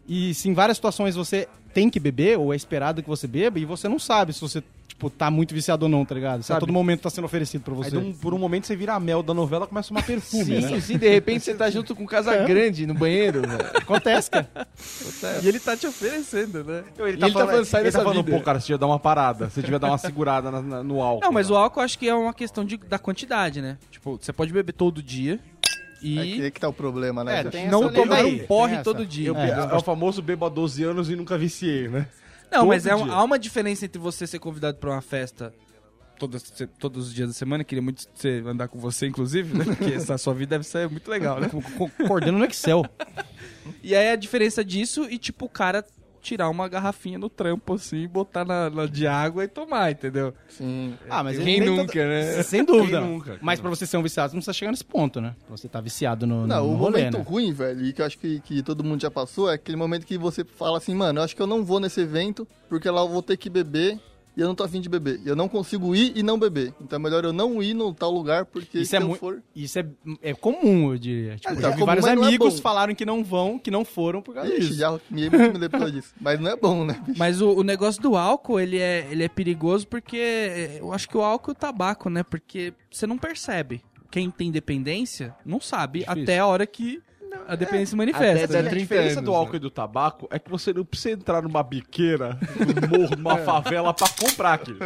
[SPEAKER 2] e se em várias situações você tem que beber, ou é esperado que você beba, e você não sabe se você, tipo, tá muito viciado ou não, tá ligado? Se a
[SPEAKER 5] Sabe.
[SPEAKER 2] todo momento tá sendo oferecido pra você.
[SPEAKER 5] Aí, de um- por um momento você vira a mel da novela e começa a tomar perfume, né?
[SPEAKER 4] Sim, sim, de repente você tá junto com o Casa Grande no banheiro, velho.
[SPEAKER 2] Acontece, cara.
[SPEAKER 1] E ele tá te oferecendo, né?
[SPEAKER 5] Ele
[SPEAKER 4] tá falando-
[SPEAKER 5] sai
[SPEAKER 4] ele tá
[SPEAKER 5] dessa
[SPEAKER 4] falando,
[SPEAKER 5] vida.
[SPEAKER 4] pô,
[SPEAKER 5] pô, cara, você devia dar uma parada, você devia dar uma segurada no álcool.
[SPEAKER 1] Não, mas o álcool acho que é uma questão de, da quantidade, né? Tipo, você pode beber todo dia
[SPEAKER 3] É que,
[SPEAKER 1] e
[SPEAKER 3] é que tá o problema, né? gente?
[SPEAKER 1] não tomar
[SPEAKER 2] aí,
[SPEAKER 1] um porre
[SPEAKER 2] tem
[SPEAKER 1] todo
[SPEAKER 2] essa.
[SPEAKER 1] dia.
[SPEAKER 2] Eu-
[SPEAKER 1] entendeu?
[SPEAKER 5] É o famoso bebo há 12 anos e nunca viciei, né?
[SPEAKER 1] não, mas é
[SPEAKER 5] todo
[SPEAKER 1] um-
[SPEAKER 5] dia.
[SPEAKER 1] há uma diferença entre você ser convidado pra uma festa todas- se- todos, os dias da semana. Queria muito ser- andar com você, inclusive, né? Porque essa sua vida deve ser muito legal, né?
[SPEAKER 2] Coordena no Excel.
[SPEAKER 1] E aí a diferença disso e, tipo, o cara tirar uma garrafinha no trampo, assim, botar na, na de água e tomar, entendeu?
[SPEAKER 3] Sim.
[SPEAKER 2] Ah, mas
[SPEAKER 4] Quem
[SPEAKER 2] nem
[SPEAKER 4] nunca,
[SPEAKER 2] todo-
[SPEAKER 4] né?
[SPEAKER 2] Sem dúvida.
[SPEAKER 5] Quem nunca, quem
[SPEAKER 2] mas pra você ser um viciado, você não precisa chegar nesse ponto, né? Pra Você tá viciado no, no,
[SPEAKER 3] Não,
[SPEAKER 2] no
[SPEAKER 3] o
[SPEAKER 2] rolê,
[SPEAKER 3] momento
[SPEAKER 2] né?
[SPEAKER 3] ruim, velho, e que eu acho que, que todo mundo já passou, é aquele momento que você fala assim, mano, eu acho que eu não vou nesse evento, porque lá eu vou ter que beber e eu não tô afim de beber. E eu não consigo ir e não beber. Então é melhor eu não ir no tal lugar, porque
[SPEAKER 2] Isso
[SPEAKER 3] se
[SPEAKER 2] é
[SPEAKER 3] eu
[SPEAKER 2] muito-
[SPEAKER 3] for.
[SPEAKER 2] Isso é, é comum, eu diria. Tipo,
[SPEAKER 3] Ah,
[SPEAKER 2] eu
[SPEAKER 3] tá
[SPEAKER 2] já vi
[SPEAKER 3] comum,
[SPEAKER 2] vários
[SPEAKER 3] mas não é
[SPEAKER 2] amigos
[SPEAKER 3] bom.
[SPEAKER 2] falaram que não vão, que não foram por causa
[SPEAKER 3] Ixi,
[SPEAKER 2] disso.
[SPEAKER 3] já me, me lembro por causa disso. Mas não é bom, né? bicho?
[SPEAKER 1] Mas o, o negócio do álcool, ele é, ele é perigoso porque é, eu acho que o álcool e o tabaco, né? Porque você não percebe. Quem tem dependência não sabe até a hora que a dependência manifesta.
[SPEAKER 4] até-
[SPEAKER 1] né?
[SPEAKER 5] a
[SPEAKER 4] 30
[SPEAKER 5] diferença
[SPEAKER 4] anos,
[SPEAKER 5] do álcool e do tabaco é que você não precisa entrar numa biqueira, num morro, numa favela pra comprar aquilo.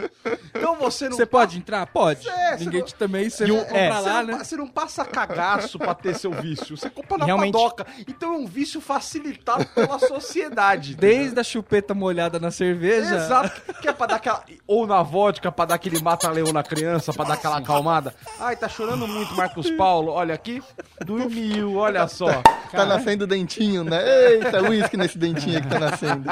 [SPEAKER 5] Então você não
[SPEAKER 1] Você pode entrar? Pode.
[SPEAKER 5] É, você
[SPEAKER 1] Ninguém
[SPEAKER 5] não-
[SPEAKER 1] te também, você
[SPEAKER 5] E
[SPEAKER 1] não
[SPEAKER 5] um-
[SPEAKER 1] compra
[SPEAKER 5] é, você,
[SPEAKER 1] lá,
[SPEAKER 5] não,
[SPEAKER 1] né?
[SPEAKER 5] pa- você não passa cagaço pra ter seu vício. Você compra na
[SPEAKER 2] Realmente.
[SPEAKER 5] padoca. Então é um vício facilitado pela sociedade.
[SPEAKER 1] Desde a chupeta molhada na cerveja.
[SPEAKER 5] Exato. Que é pra dar aquela. Ou na vodka, pra dar aquele mata-leão na criança, pra dar aquela acalmada. Ai, tá chorando muito, Marcos Paulo. Olha aqui. Dormiu, olha só.
[SPEAKER 3] Tá nascendo dentinho, né? Eita, uísque nesse dentinho que tá nascendo.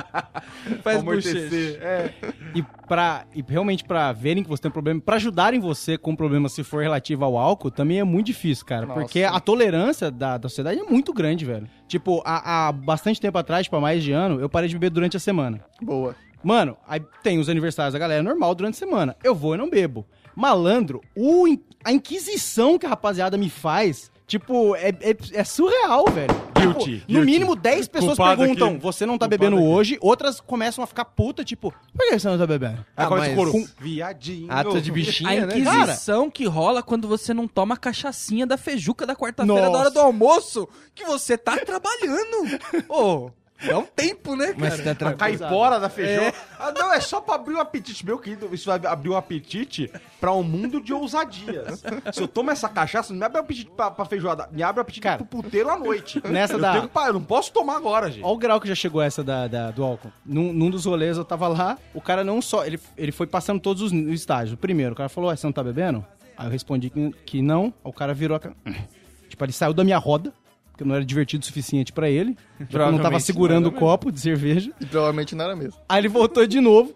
[SPEAKER 1] Faz bochecha.
[SPEAKER 5] Amortecer. É.
[SPEAKER 2] E, pra, e realmente pra verem que você tem um problema, pra ajudarem você com o problema se for relativo ao álcool, também é muito difícil, cara.
[SPEAKER 3] Nossa.
[SPEAKER 2] Porque a tolerância da, da sociedade é muito grande, velho. Tipo, há, há bastante tempo atrás, tipo, há mais de ano, eu parei de beber durante a semana.
[SPEAKER 3] Boa.
[SPEAKER 2] Mano, aí tem os aniversários da galera normal durante a semana. Eu vou e não bebo. Malandro, o in- a inquisição que a rapaziada me faz, Tipo, é, é- é surreal, velho.
[SPEAKER 5] Guilty,
[SPEAKER 2] Tipo, no
[SPEAKER 5] guilty.
[SPEAKER 2] mínimo 10 pessoas
[SPEAKER 5] Culpado
[SPEAKER 2] perguntam,
[SPEAKER 5] aqui.
[SPEAKER 2] você não tá
[SPEAKER 5] Culpado é
[SPEAKER 2] bebendo
[SPEAKER 5] aqui.
[SPEAKER 2] hoje, outras começam a ficar puta, tipo, por que você não tá bebendo?
[SPEAKER 5] Aí
[SPEAKER 4] Ah,
[SPEAKER 5] começa
[SPEAKER 4] mas
[SPEAKER 5] o coro.
[SPEAKER 4] com-
[SPEAKER 5] Viadinho.
[SPEAKER 4] Ata de bichinha,
[SPEAKER 1] A
[SPEAKER 4] né?
[SPEAKER 1] inquisição que rola quando você não toma a cachaçinha da fejuca da quarta-feira da hora
[SPEAKER 2] Nossa.
[SPEAKER 1] do almoço, que você tá trabalhando. Ô, é um tempo, né,
[SPEAKER 4] Mas
[SPEAKER 1] cara?
[SPEAKER 4] você tá
[SPEAKER 5] A
[SPEAKER 4] tranquilo.
[SPEAKER 5] caipora da feijão. Ah, não, é só pra abrir um apetite. Meu querido, isso vai abrir um apetite pra um mundo de ousadias. Se eu tomo essa cachaça, não me abre um apetite pra, pra feijoada, me abre um apetite
[SPEAKER 2] Cara,
[SPEAKER 5] pro puteiro à noite.
[SPEAKER 2] nessa
[SPEAKER 5] eu
[SPEAKER 2] da-
[SPEAKER 5] tenho que parar, eu não posso tomar agora, gente.
[SPEAKER 2] Olha o grau que já chegou essa da, da- do álcool. Num, num dos rolês eu tava lá, o cara não só. Ele, ele foi passando todos os estágios. O primeiro, o cara falou: Ué, você não tá bebendo? Aí eu respondi que, que não. Aí O cara virou a. ca- Tipo, ele saiu da minha roda, porque eu não era divertido o suficiente pra ele. porque Eu não tava
[SPEAKER 4] Provavelmente
[SPEAKER 2] segurando
[SPEAKER 4] não
[SPEAKER 2] o copo de cerveja.
[SPEAKER 3] E provavelmente não era mesmo.
[SPEAKER 2] Aí ele voltou de novo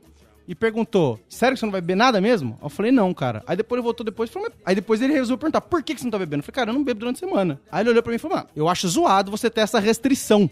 [SPEAKER 2] e perguntou: Sério que você não vai beber nada mesmo? Eu falei, não, cara. Aí depois ele voltou depois e falou, "Mas-" Aí depois ele resolveu perguntar: por que que você não tá bebendo? Eu falei, cara, eu não bebo durante a semana. Aí ele olhou pra mim e falou: mano, eu acho zoado você ter essa restrição.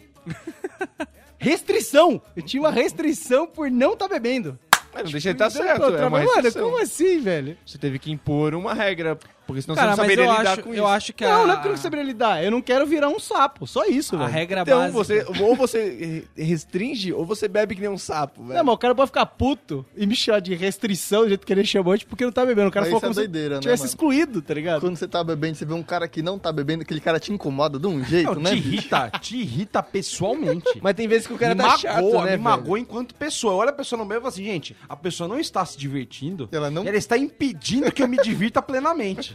[SPEAKER 2] restrição! Eu tinha uma restrição por não tá bebendo.
[SPEAKER 4] Mas não deixa ele estar
[SPEAKER 2] Então,
[SPEAKER 4] certo.
[SPEAKER 2] eu
[SPEAKER 4] é
[SPEAKER 2] tava,
[SPEAKER 4] uma
[SPEAKER 2] mano,
[SPEAKER 4] restrição.
[SPEAKER 2] como assim, velho?
[SPEAKER 4] Você teve que impor uma regra, porque senão
[SPEAKER 1] Cara,
[SPEAKER 4] você não
[SPEAKER 1] mas
[SPEAKER 4] saberia
[SPEAKER 1] eu
[SPEAKER 4] lidar
[SPEAKER 1] acho,
[SPEAKER 4] com isso.
[SPEAKER 1] eu acho que
[SPEAKER 2] não,
[SPEAKER 1] a,
[SPEAKER 2] não é porque eu não saberia lidar. Eu não quero virar um sapo. Só isso,
[SPEAKER 1] Tá. é a
[SPEAKER 2] velho.
[SPEAKER 1] regra
[SPEAKER 4] Então,
[SPEAKER 1] básica...
[SPEAKER 4] você, ou você eh, restringe, ou você bebe que nem um sapo, velho.
[SPEAKER 2] Não, mas o cara pode ficar puto e me chamar de restrição, do jeito que ele chamou, tipo, porque não tá bebendo. O cara
[SPEAKER 3] Mas
[SPEAKER 2] falou
[SPEAKER 3] isso é
[SPEAKER 2] como se
[SPEAKER 3] doideira, né,
[SPEAKER 2] tivesse
[SPEAKER 3] mano?
[SPEAKER 2] excluído, tá ligado?
[SPEAKER 3] Quando você tá bebendo, você vê um cara que não tá bebendo, aquele cara te incomoda de um jeito,
[SPEAKER 5] Não,
[SPEAKER 3] né?
[SPEAKER 5] te irrita, te irrita pessoalmente.
[SPEAKER 4] Mas tem vezes que o cara
[SPEAKER 5] me
[SPEAKER 4] tá
[SPEAKER 5] magoa,
[SPEAKER 4] chato, né,
[SPEAKER 5] me
[SPEAKER 4] velho?
[SPEAKER 5] magoa enquanto pessoa. Olha a pessoa no meio e fala assim, gente, a pessoa não está se divertindo.
[SPEAKER 3] Ela não-
[SPEAKER 5] Ela está impedindo que eu me divirta plenamente.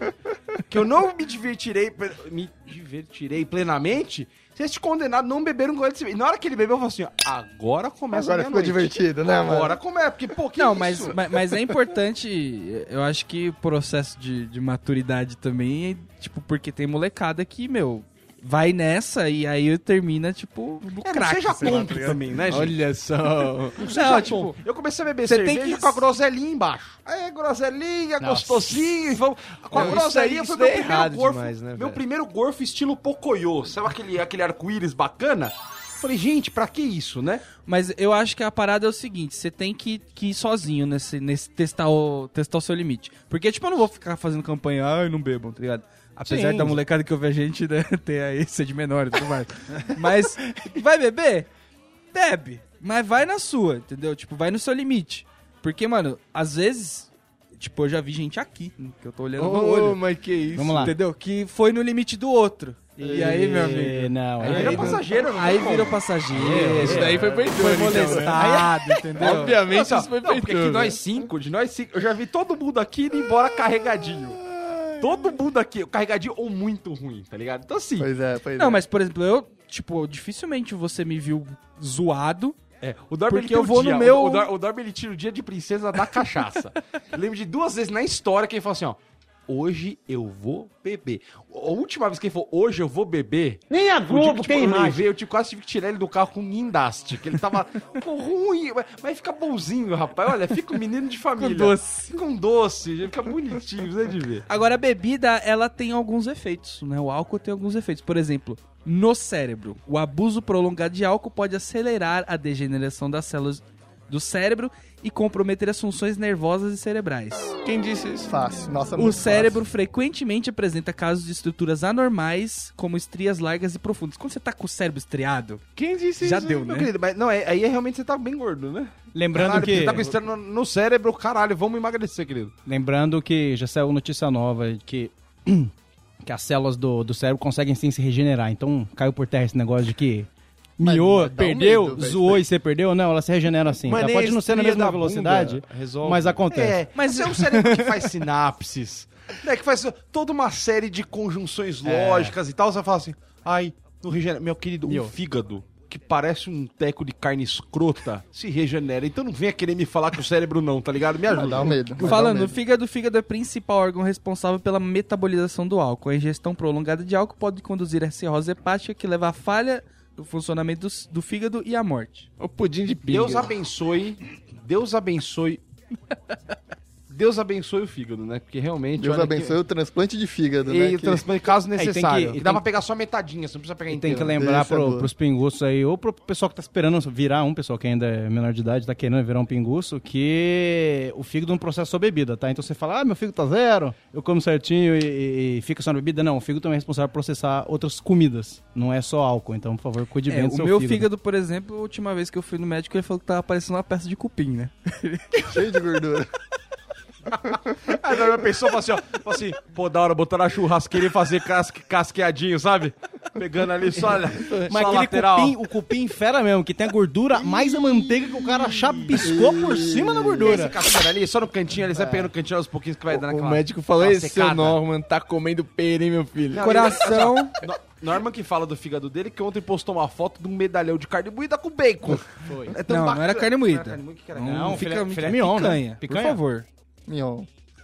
[SPEAKER 5] que eu não me divertirei, ple- me divertirei plenamente se esse condenado não beber um gole de cerveja. E na hora que ele bebeu, eu falo assim, ó, agora começa
[SPEAKER 3] Agora
[SPEAKER 5] a
[SPEAKER 3] ficou
[SPEAKER 5] minha noite.
[SPEAKER 3] divertido, né, mano?
[SPEAKER 5] Agora começa, porque, pô, que
[SPEAKER 1] Não,
[SPEAKER 5] isso?
[SPEAKER 1] mas, mas, mas é importante, eu acho que o processo de, de maturidade também é, tipo, porque tem molecada que, meu, vai nessa e aí termina, tipo, no
[SPEAKER 5] É, não
[SPEAKER 1] crack.
[SPEAKER 5] seja
[SPEAKER 1] sei lá, tá
[SPEAKER 5] ponto
[SPEAKER 1] ligado?
[SPEAKER 5] também, né, gente?
[SPEAKER 4] Olha só.
[SPEAKER 5] Não,
[SPEAKER 1] Não,
[SPEAKER 5] tipo,
[SPEAKER 1] tipo,
[SPEAKER 5] eu comecei a beber
[SPEAKER 1] você tem
[SPEAKER 5] cerveja
[SPEAKER 1] que-
[SPEAKER 5] com a groselinha embaixo. Aí, groselinha,
[SPEAKER 2] Nossa.
[SPEAKER 5] gostosinho, e vamos... Com a
[SPEAKER 4] Não, isso
[SPEAKER 5] groselinha
[SPEAKER 4] daí-
[SPEAKER 5] foi
[SPEAKER 4] isso
[SPEAKER 5] meu
[SPEAKER 4] daí é
[SPEAKER 5] primeiro
[SPEAKER 4] errado
[SPEAKER 5] gorfo.
[SPEAKER 4] demais, né,
[SPEAKER 5] meu
[SPEAKER 4] velho?
[SPEAKER 5] primeiro gorfo estilo Pocoyo. Sabe aquele, aquele arco-íris bacana? Falei, gente, pra que isso, né?
[SPEAKER 1] Mas eu acho que a parada é o seguinte, você tem que, que ir sozinho nesse, nesse testar, o, testar o seu limite. Porque, tipo, eu não vou ficar fazendo campanha, ai, não bebam, tá ligado? Apesar
[SPEAKER 2] Sim.
[SPEAKER 1] da molecada que eu vejo a gente né, ter aí, ser de menor e tudo mais. Mas vai beber? Bebe. Mas vai na sua, entendeu? Tipo, vai no seu limite. Porque, mano, às vezes, tipo, eu já vi gente aqui, que eu tô olhando no
[SPEAKER 4] Ô,
[SPEAKER 1] olho.
[SPEAKER 4] mas que isso.
[SPEAKER 2] Vamos lá.
[SPEAKER 1] Entendeu? Que foi no limite do outro. E, aí, meu amigo?
[SPEAKER 2] É, Não,
[SPEAKER 1] Aí
[SPEAKER 2] aí,
[SPEAKER 5] Vira
[SPEAKER 1] não-
[SPEAKER 5] é passageiro, não
[SPEAKER 1] Aí
[SPEAKER 5] tem
[SPEAKER 1] virou
[SPEAKER 5] como.
[SPEAKER 1] passageiro.
[SPEAKER 4] Isso daí É, foi
[SPEAKER 1] Foi
[SPEAKER 4] perdura,
[SPEAKER 1] molestado,
[SPEAKER 4] né?
[SPEAKER 1] entendeu?
[SPEAKER 4] Obviamente
[SPEAKER 5] Não,
[SPEAKER 4] isso foi né?
[SPEAKER 5] não, porque
[SPEAKER 4] peitura,
[SPEAKER 5] aqui nós cinco, de nós cinco, eu já vi todo mundo aqui indo embora carregadinho. Todo mundo aqui, carregadinho ou muito ruim, tá ligado? Então assim,
[SPEAKER 3] Pois é, pois
[SPEAKER 1] Não,
[SPEAKER 3] é.
[SPEAKER 1] mas por exemplo, eu, tipo, dificilmente você me viu zoado.
[SPEAKER 5] É, o Dorme
[SPEAKER 1] Porque
[SPEAKER 5] ele tem
[SPEAKER 1] eu
[SPEAKER 5] um
[SPEAKER 1] vou
[SPEAKER 5] dia,
[SPEAKER 1] no meu-
[SPEAKER 5] O, o Dor- o Dorme ele tira o dia de princesa da cachaça. eu lembro de duas vezes na história que ele falou assim, ó. Hoje eu vou beber. A última vez que ele falou, hoje eu vou beber. Nem a Globo tem eu mais. Eu tipo, quase tive que tirar ele do carro com um guindaste. Que ele tava pô, ruim, mas- mas fica bonzinho, rapaz. Olha, fica um menino de família.
[SPEAKER 1] doce.
[SPEAKER 5] Fica um doce, fica bonitinho, né, de ver.
[SPEAKER 1] Agora, a bebida, ela tem alguns efeitos, né? O álcool tem alguns efeitos. Por exemplo, no cérebro, o abuso prolongado de álcool pode acelerar a degeneração das células do cérebro e comprometer as funções nervosas e cerebrais.
[SPEAKER 4] Quem disse isso?
[SPEAKER 3] Fácil, nossa,
[SPEAKER 1] O
[SPEAKER 3] Tá muito
[SPEAKER 1] cérebro frequentemente apresenta casos de estruturas anormais, como estrias largas e profundas. Quando você tá com o cérebro estriado,
[SPEAKER 4] Quem disse
[SPEAKER 1] Já
[SPEAKER 4] isso?
[SPEAKER 1] deu, né?
[SPEAKER 5] Meu querido, mas não, é, aí é realmente você tá bem gordo, né?
[SPEAKER 2] lembrando
[SPEAKER 5] Caralho,
[SPEAKER 2] que.
[SPEAKER 5] Você tá com estranho no, no cérebro, caralho, vamos emagrecer, querido.
[SPEAKER 2] Lembrando que já saiu notícia nova de que, que as células do, do cérebro conseguem sim se regenerar. Então caiu por terra esse negócio de que miou,
[SPEAKER 3] mas dá um
[SPEAKER 2] perdeu,
[SPEAKER 3] medo, velho,
[SPEAKER 2] zoou e você perdeu. Não, elas se regeneram assim.
[SPEAKER 4] Mas
[SPEAKER 2] Ela
[SPEAKER 4] nem
[SPEAKER 2] pode não ser na
[SPEAKER 4] estria da
[SPEAKER 2] mesma
[SPEAKER 4] bunda
[SPEAKER 2] velocidade,
[SPEAKER 4] resolve.
[SPEAKER 2] mas acontece.
[SPEAKER 5] É, mas é um cérebro que faz sinapses, né? Que faz toda uma série de conjunções
[SPEAKER 2] É.
[SPEAKER 5] lógicas e tal. Você fala assim, ai, não regenera. Meu querido, um fígado que parece um teco de carne escrota se regenera. Então não venha querer me falar que o cérebro não, tá ligado? Me
[SPEAKER 3] Vai dar um
[SPEAKER 5] ajuda.
[SPEAKER 3] medo. vai dar um
[SPEAKER 1] Falando, o
[SPEAKER 3] medo.
[SPEAKER 1] fígado, o fígado é o principal órgão responsável pela metabolização do álcool. A ingestão prolongada de álcool pode conduzir à cirrose hepática, que leva à falha do funcionamento do, s- do fígado e à morte.
[SPEAKER 4] O pudim de pinga.
[SPEAKER 5] Deus abençoe. Deus abençoe. Deus abençoe o fígado, né? Porque realmente.
[SPEAKER 3] Deus
[SPEAKER 5] olha
[SPEAKER 3] abençoe o transplante de fígado,
[SPEAKER 5] Que...
[SPEAKER 3] né?
[SPEAKER 5] E
[SPEAKER 3] que-
[SPEAKER 5] o transplante, caso
[SPEAKER 2] tem que- É,
[SPEAKER 5] necessário.
[SPEAKER 2] e
[SPEAKER 5] que
[SPEAKER 2] tem
[SPEAKER 5] dá pra
[SPEAKER 2] que-
[SPEAKER 5] pegar só metadinha, você não precisa pegar né?
[SPEAKER 2] E tem
[SPEAKER 5] inteiro.
[SPEAKER 2] que lembrar
[SPEAKER 3] Esse é
[SPEAKER 2] pro,
[SPEAKER 3] boa.
[SPEAKER 2] pros pinguços aí, ou pro pessoal que tá esperando virar um, pessoal que ainda é menor de idade, tá querendo virar um pinguço, que o fígado não processa só bebida, tá? Então você fala, ah, meu fígado tá zero, eu como certinho e, e- e fica só na bebida. Não, o fígado também é responsável por processar outras comidas, não é só álcool. Então, por favor, cuide
[SPEAKER 1] É,
[SPEAKER 2] bem do
[SPEAKER 1] o
[SPEAKER 2] seu
[SPEAKER 1] meu
[SPEAKER 2] fígado.
[SPEAKER 1] fígado, por exemplo, a última vez que eu fui no médico, ele falou que tava parecendo uma peça de cupim, né?
[SPEAKER 3] Cheio de gordura.
[SPEAKER 5] Aí a minha pessoa fala assim, ó, fala assim, pô, da hora, botar na churrasqueira e fazer casque, casqueadinho, sabe? Pegando ali só,
[SPEAKER 1] é
[SPEAKER 2] Mas
[SPEAKER 5] só a
[SPEAKER 2] aquele
[SPEAKER 5] lateral.
[SPEAKER 2] cupim, o cupim fera mesmo, que tem a gordura mais a manteiga que o cara chapiscou por cima da
[SPEAKER 5] Esse
[SPEAKER 2] gordura.
[SPEAKER 5] casqueiro ali, só no cantinho ali, você vai pegando no cantinho aos pouquinhos que vai dando
[SPEAKER 4] O
[SPEAKER 5] aquela...
[SPEAKER 4] médico falou,
[SPEAKER 5] aquela
[SPEAKER 4] esse seu
[SPEAKER 5] secada."
[SPEAKER 4] Norman tá comendo pera, hein, meu filho?
[SPEAKER 1] Coração.
[SPEAKER 5] No- Norman que fala do fígado dele, que ontem postou uma foto de um medalhão de carne moída com bacon. Foi. É tão
[SPEAKER 1] Não, não
[SPEAKER 5] bacana.
[SPEAKER 1] era carne moída.
[SPEAKER 5] moída, que era
[SPEAKER 2] Não,
[SPEAKER 5] carne.
[SPEAKER 2] filé-
[SPEAKER 1] muito-
[SPEAKER 2] filé mignon, né?
[SPEAKER 1] picanha,
[SPEAKER 2] Picanha?
[SPEAKER 1] Por favor.
[SPEAKER 3] Mignon.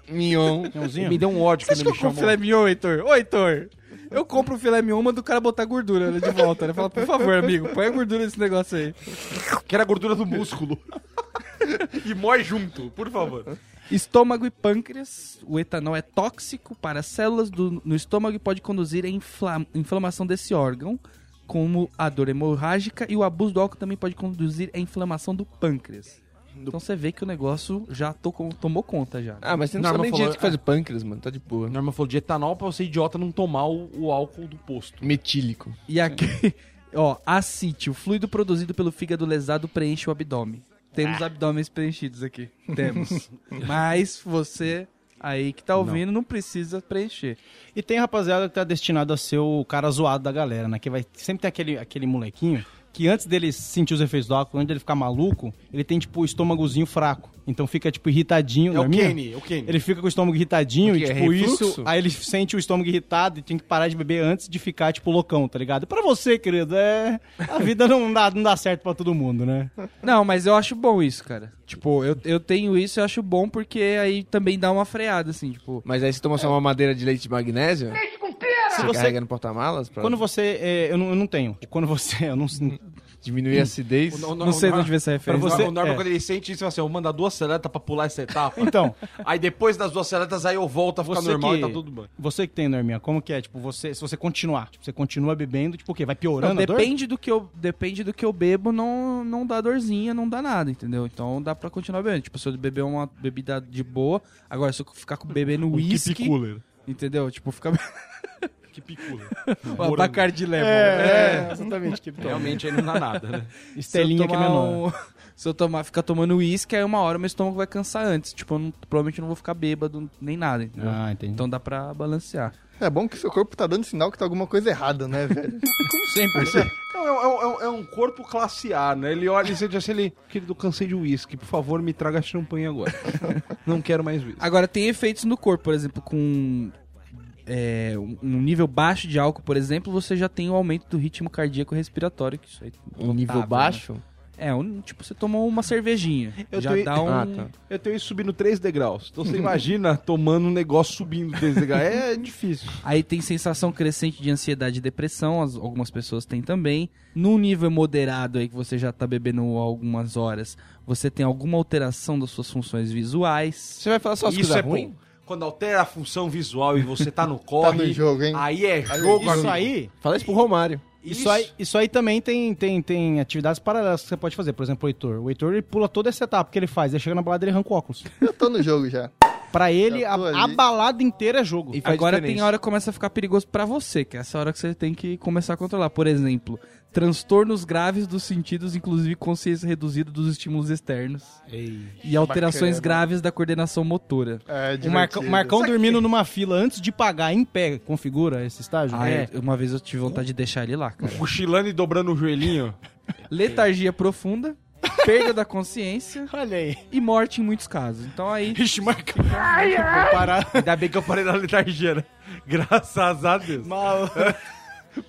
[SPEAKER 4] Mignon.
[SPEAKER 2] Pinhãozinho?
[SPEAKER 5] Me deu um ódio
[SPEAKER 1] Você
[SPEAKER 5] que
[SPEAKER 1] acha
[SPEAKER 5] ele
[SPEAKER 1] que eu
[SPEAKER 5] me
[SPEAKER 1] compro
[SPEAKER 5] chamou.
[SPEAKER 1] filé mignon, Heitor? Ô, Heitor, eu compro o filé mignon, mando o cara botar gordura né, de volta. Ele fala, por favor, amigo, põe a gordura nesse negócio aí.
[SPEAKER 5] Que era a gordura do músculo. e mói junto, por favor.
[SPEAKER 1] Estômago e pâncreas. O etanol é tóxico para as células do- no estômago e pode conduzir à infla- inflamação desse órgão, como a dor hemorrágica. E o abuso do álcool também pode conduzir à inflamação do pâncreas. Então você vê que o negócio já to- tomou conta já.
[SPEAKER 4] Ah, mas você não
[SPEAKER 5] Norman
[SPEAKER 4] sabe nem
[SPEAKER 5] falou-
[SPEAKER 4] direito que faz o pâncreas, mano. Tá de boa.
[SPEAKER 5] Norman falou de etanol pra você idiota não tomar o, o álcool do posto.
[SPEAKER 4] Metílico.
[SPEAKER 1] E aqui, ó, acite, o fluido produzido pelo fígado lesado preenche o abdômen. Temos abdômenes preenchidos aqui. Temos. Mas você aí que tá ouvindo não, precisa preencher.
[SPEAKER 2] E tem rapaziada que tá destinado a ser o cara zoado da galera, né? Que vai sempre tem aquele, aquele molequinho que antes dele sentir os efeitos do álcool, antes dele ficar maluco, ele tem tipo o estômagozinho fraco. Então fica tipo irritadinho,
[SPEAKER 5] É
[SPEAKER 2] não
[SPEAKER 5] o
[SPEAKER 2] minha?
[SPEAKER 5] Kenny, é o Kenny.
[SPEAKER 2] Ele fica com o estômago irritadinho
[SPEAKER 4] O
[SPEAKER 2] e
[SPEAKER 4] quê? É
[SPEAKER 2] tipo
[SPEAKER 4] refluxo?
[SPEAKER 2] isso, aí ele sente o estômago irritado e tem que parar de beber antes de ficar tipo loucão, tá ligado? E Pra você, querido, é a vida não dá, não dá certo pra todo mundo, né?
[SPEAKER 1] Não, mas eu acho bom isso, cara. Tipo, eu, eu tenho isso e eu acho bom porque aí também dá uma freada, assim, tipo.
[SPEAKER 4] Mas aí você toma só uma madeira de leite de magnésio? Leite Você,
[SPEAKER 2] Se você-
[SPEAKER 4] carrega no porta-malas pra
[SPEAKER 2] Quando você, é, eu, não, eu não tenho. Quando você, eu não,
[SPEAKER 4] diminuir a acidez?
[SPEAKER 1] Não, sei de onde veio essa
[SPEAKER 5] Pra
[SPEAKER 1] referência.
[SPEAKER 5] você,
[SPEAKER 2] você-
[SPEAKER 5] o Norman,
[SPEAKER 2] é.
[SPEAKER 5] quando ele sente isso, ele fala assim, eu vou mandar duas seletas pra pular essa etapa.
[SPEAKER 2] Então,
[SPEAKER 5] aí depois das duas seletas, aí eu volto a ficar
[SPEAKER 2] Você
[SPEAKER 5] normal
[SPEAKER 2] que-
[SPEAKER 5] e tá tudo bom.
[SPEAKER 2] Você que tem, Norminha, como que é? Tipo, você, se você continuar, tipo, você continua bebendo, tipo, o quê? Vai
[SPEAKER 1] Não,
[SPEAKER 2] piorando a dor?
[SPEAKER 1] depende do que eu depende do que eu bebo, não não dá dorzinha, não dá nada, entendeu? Então dá pra continuar bebendo. Tipo, se eu beber uma bebida de boa, agora se eu ficar com- bebendo
[SPEAKER 2] Um
[SPEAKER 1] uísque,
[SPEAKER 5] cooler.
[SPEAKER 1] entendeu? Tipo, ficar
[SPEAKER 5] Que picula.
[SPEAKER 1] uma Bacardi Lemon.
[SPEAKER 2] É, é, exatamente. Que
[SPEAKER 5] Realmente aí não dá nada, né?
[SPEAKER 1] Se eu
[SPEAKER 2] Estelinha que é
[SPEAKER 1] tomar
[SPEAKER 2] menor.
[SPEAKER 1] um- se eu tomar, ficar tomando uísque, aí uma hora meu estômago vai cansar antes. Tipo, eu não- provavelmente eu não vou ficar bêbado nem nada, entendeu?
[SPEAKER 2] Ah, entendi.
[SPEAKER 1] Então dá pra balancear.
[SPEAKER 3] É bom que seu corpo tá dando sinal que tá alguma coisa errada, né, velho?
[SPEAKER 2] como sempre.
[SPEAKER 1] né?
[SPEAKER 5] Não, é, um- é um- é um corpo classe A, né? Ele olha e você diz assim, ele... Querido, cansei de uísque, por favor, me traga champanhe agora. não quero mais uísque.
[SPEAKER 1] Agora, tem efeitos no corpo, por exemplo, com é, um um nível baixo de álcool, por exemplo, você já tem o aumento do ritmo cardíaco respiratório, que isso aí
[SPEAKER 4] Um nível
[SPEAKER 1] né?
[SPEAKER 4] baixo?
[SPEAKER 1] É, um, tipo, você tomou uma cervejinha.
[SPEAKER 5] Eu
[SPEAKER 1] já
[SPEAKER 5] tenho-
[SPEAKER 1] dá um.
[SPEAKER 4] Ah, tá.
[SPEAKER 5] Eu tenho isso subindo 3 degraus. Então você imagina tomando um negócio subindo 3 degraus. É difícil.
[SPEAKER 1] Aí tem sensação crescente de ansiedade e depressão, as- algumas pessoas têm também. Num nível moderado aí que você já tá bebendo há algumas horas, você tem alguma alteração das suas funções visuais.
[SPEAKER 4] Você vai falar só as
[SPEAKER 5] Isso
[SPEAKER 4] coisas
[SPEAKER 5] é
[SPEAKER 4] ruins?
[SPEAKER 5] bom. Quando altera a função visual e você tá no
[SPEAKER 3] Tá
[SPEAKER 5] corre,
[SPEAKER 3] no jogo, hein?
[SPEAKER 5] aí é jogo,
[SPEAKER 2] Isso
[SPEAKER 5] amigo.
[SPEAKER 2] aí,
[SPEAKER 4] Fala isso pro Romário.
[SPEAKER 2] isso aí, isso aí também tem, tem, tem atividades paralelas que você pode fazer. Por exemplo, o Heitor. O Heitor, ele pula toda essa etapa que ele faz. Ele chega na balada, ele arranca o óculos.
[SPEAKER 3] Eu tô no jogo já.
[SPEAKER 2] Pra ele,
[SPEAKER 3] Já
[SPEAKER 2] a,
[SPEAKER 3] tô
[SPEAKER 2] a
[SPEAKER 3] ali.
[SPEAKER 2] balada inteira é jogo.
[SPEAKER 4] E faz
[SPEAKER 1] Agora
[SPEAKER 4] diferença.
[SPEAKER 1] tem a hora que começa a ficar perigoso pra você, que é essa hora que você tem que começar a controlar. Por exemplo, transtornos graves dos sentidos, inclusive consciência reduzida dos estímulos externos. e alterações
[SPEAKER 3] bacana.
[SPEAKER 1] graves da coordenação motora.
[SPEAKER 3] É,
[SPEAKER 2] O Marcão,
[SPEAKER 3] divertido.
[SPEAKER 2] Marcão dormindo numa fila antes de pagar em pé, configura esse estágio?
[SPEAKER 1] Ah,
[SPEAKER 2] É.
[SPEAKER 1] eu- uma vez eu tive vontade de deixar ele lá, cara.
[SPEAKER 5] Cochilando e dobrando o joelhinho.
[SPEAKER 1] Letargia profunda, perda da consciência
[SPEAKER 2] Olha aí.
[SPEAKER 1] e morte em muitos casos. Então aí.
[SPEAKER 2] Ixi, Marcão. Vou parar.
[SPEAKER 5] Ainda bem que eu parei na letargia, né? Graças a Deus.
[SPEAKER 2] Mal.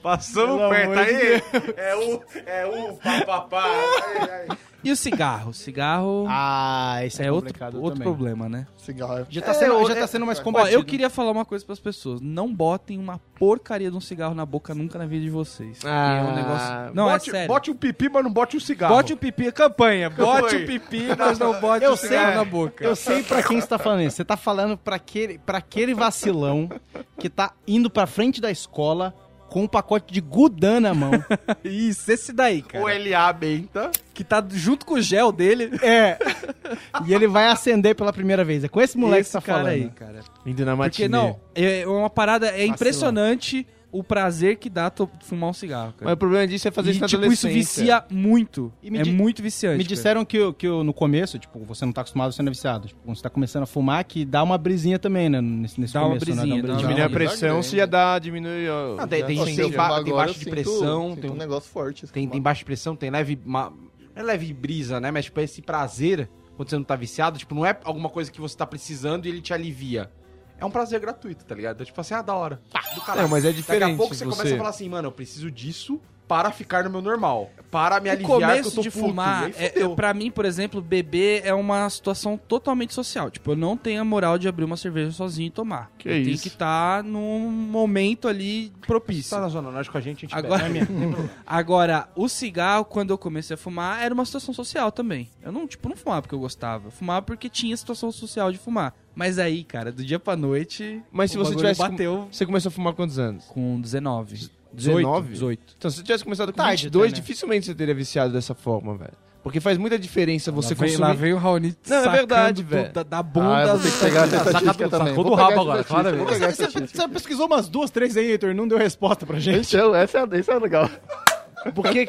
[SPEAKER 5] Passamos
[SPEAKER 2] Pelo
[SPEAKER 5] perto
[SPEAKER 2] amor de
[SPEAKER 5] aí. É o, é o papapá.
[SPEAKER 1] E o cigarro? O cigarro
[SPEAKER 2] Ah, esse é,
[SPEAKER 1] é outro,
[SPEAKER 2] complicado
[SPEAKER 1] outro
[SPEAKER 2] também.
[SPEAKER 1] problema, né?
[SPEAKER 3] Cigarro. é-
[SPEAKER 2] Já tá, sendo,
[SPEAKER 5] outro-
[SPEAKER 2] já tá sendo mais
[SPEAKER 1] Ó,
[SPEAKER 2] combatido.
[SPEAKER 1] eu queria falar uma coisa pras pessoas. Não botem uma porcaria de um cigarro na boca nunca na vida de vocês. porque é um negócio... Não,
[SPEAKER 5] bote,
[SPEAKER 1] é sério.
[SPEAKER 5] bote o pipi, mas não bote o cigarro.
[SPEAKER 1] Bote o pipi, campanha. Bote
[SPEAKER 5] Campanha.
[SPEAKER 1] o pipi, mas não bote
[SPEAKER 2] Eu
[SPEAKER 1] o cigarro
[SPEAKER 2] sei.
[SPEAKER 1] na boca.
[SPEAKER 2] Eu sei pra quem você tá falando isso. Você tá falando pra aquele, pra aquele vacilão que tá indo pra frente da escola com um pacote de gudan na mão.
[SPEAKER 1] Isso, esse daí, cara.
[SPEAKER 5] o LA benta.
[SPEAKER 1] Que tá junto com o gel dele.
[SPEAKER 2] É. E ele vai acender pela primeira vez. É com esse moleque
[SPEAKER 1] esse
[SPEAKER 2] que tá
[SPEAKER 1] cara
[SPEAKER 2] falando.
[SPEAKER 1] aí, cara.
[SPEAKER 4] Indo na
[SPEAKER 1] Porque,
[SPEAKER 4] matinê.
[SPEAKER 1] não, é é uma parada... É impressionante o prazer que dá tu fumar um cigarro, cara.
[SPEAKER 4] Mas o problema disso é fazer isso
[SPEAKER 1] e,
[SPEAKER 4] na
[SPEAKER 1] tipo, isso
[SPEAKER 4] adolescência.
[SPEAKER 1] vicia muito.
[SPEAKER 2] E me
[SPEAKER 1] é
[SPEAKER 2] di-
[SPEAKER 1] muito viciante.
[SPEAKER 2] Me
[SPEAKER 1] cara.
[SPEAKER 2] disseram que, o- que o- no começo, tipo, você não tá acostumado, você não é viciado. Tipo, quando você tá começando a fumar, que dá uma brisinha também, né? Nesse, nesse
[SPEAKER 1] Dá uma
[SPEAKER 2] começo, né?
[SPEAKER 1] brisinha, dá uma
[SPEAKER 4] Diminui
[SPEAKER 1] Não,
[SPEAKER 4] a pressão,
[SPEAKER 3] grande.
[SPEAKER 4] se já dá, diminui... ó,
[SPEAKER 5] Não, tem-
[SPEAKER 4] já
[SPEAKER 5] tem
[SPEAKER 4] dá
[SPEAKER 5] gente
[SPEAKER 4] sentido.
[SPEAKER 5] que ba- tem
[SPEAKER 3] Agora
[SPEAKER 5] baixo
[SPEAKER 3] eu
[SPEAKER 5] de
[SPEAKER 3] sinto-
[SPEAKER 5] pressão,
[SPEAKER 3] sinto
[SPEAKER 5] tem
[SPEAKER 3] um
[SPEAKER 5] um-
[SPEAKER 3] negócio forte.
[SPEAKER 5] Tem, tem baixa pressão, tem leve. ma- não é leve brisa, né? Mas tipo, é esse prazer quando você não tá viciado, tipo, não é alguma coisa que você tá precisando e ele te alivia. É um prazer gratuito, tá ligado? É tipo assim, ah, da hora. Pá, do caralho.
[SPEAKER 4] Não, mas é
[SPEAKER 5] Daqui
[SPEAKER 4] diferente
[SPEAKER 5] a pouco você, começa a falar assim, mano, eu preciso disso para ficar no meu normal. Para me
[SPEAKER 1] o
[SPEAKER 5] aliviar
[SPEAKER 1] começo
[SPEAKER 5] que eu tô
[SPEAKER 1] de
[SPEAKER 5] puto. E
[SPEAKER 1] fumar,
[SPEAKER 5] aí
[SPEAKER 1] é,
[SPEAKER 5] fudeu.
[SPEAKER 1] eu- pra mim, por exemplo, beber é uma situação totalmente social. Tipo, eu não tenho a moral de abrir uma cerveja sozinho e tomar.
[SPEAKER 4] Que
[SPEAKER 1] eu tenho
[SPEAKER 4] isso.
[SPEAKER 1] que estar num momento ali
[SPEAKER 5] Você
[SPEAKER 1] propício.
[SPEAKER 5] tá na zona norte com a gente, a gente
[SPEAKER 1] Agora,
[SPEAKER 5] pega.
[SPEAKER 1] agora, o cigarro, quando eu comecei a fumar, era uma situação social também. Eu não, tipo, não fumava porque eu gostava. Eu fumava porque tinha situação social de fumar. Mas aí, cara, do dia pra noite,
[SPEAKER 4] Mas se
[SPEAKER 1] o
[SPEAKER 4] você
[SPEAKER 1] bagulho
[SPEAKER 4] tivesse... com-
[SPEAKER 1] bateu
[SPEAKER 4] Você começou a fumar quantos anos?
[SPEAKER 1] com 19.
[SPEAKER 4] 19?
[SPEAKER 1] 18.
[SPEAKER 4] Então, se você tivesse começado com
[SPEAKER 2] Tarde
[SPEAKER 4] 22,
[SPEAKER 2] até, né?
[SPEAKER 4] dificilmente você teria viciado dessa forma, velho. Porque faz muita diferença você
[SPEAKER 1] lá veio-
[SPEAKER 4] consumir...
[SPEAKER 1] lá veio o Raoni
[SPEAKER 4] Não, é
[SPEAKER 1] sacando
[SPEAKER 4] verdade,
[SPEAKER 1] do-
[SPEAKER 4] velho.
[SPEAKER 1] Da, da bunda.
[SPEAKER 3] Ah, eu vou ter que pegar essa
[SPEAKER 5] Saca
[SPEAKER 3] estatística
[SPEAKER 5] tudo,
[SPEAKER 3] também.
[SPEAKER 5] saca todo
[SPEAKER 3] Vou
[SPEAKER 5] o rabo
[SPEAKER 3] pegar essa
[SPEAKER 5] agora,
[SPEAKER 3] estatística,
[SPEAKER 5] claramente.
[SPEAKER 3] vou pegar essa
[SPEAKER 2] Você,
[SPEAKER 3] estatística.
[SPEAKER 2] você pesquisou umas duas, três aí, Heitor, não deu resposta pra gente.
[SPEAKER 3] Então, essa é, essa é legal.
[SPEAKER 4] Porque,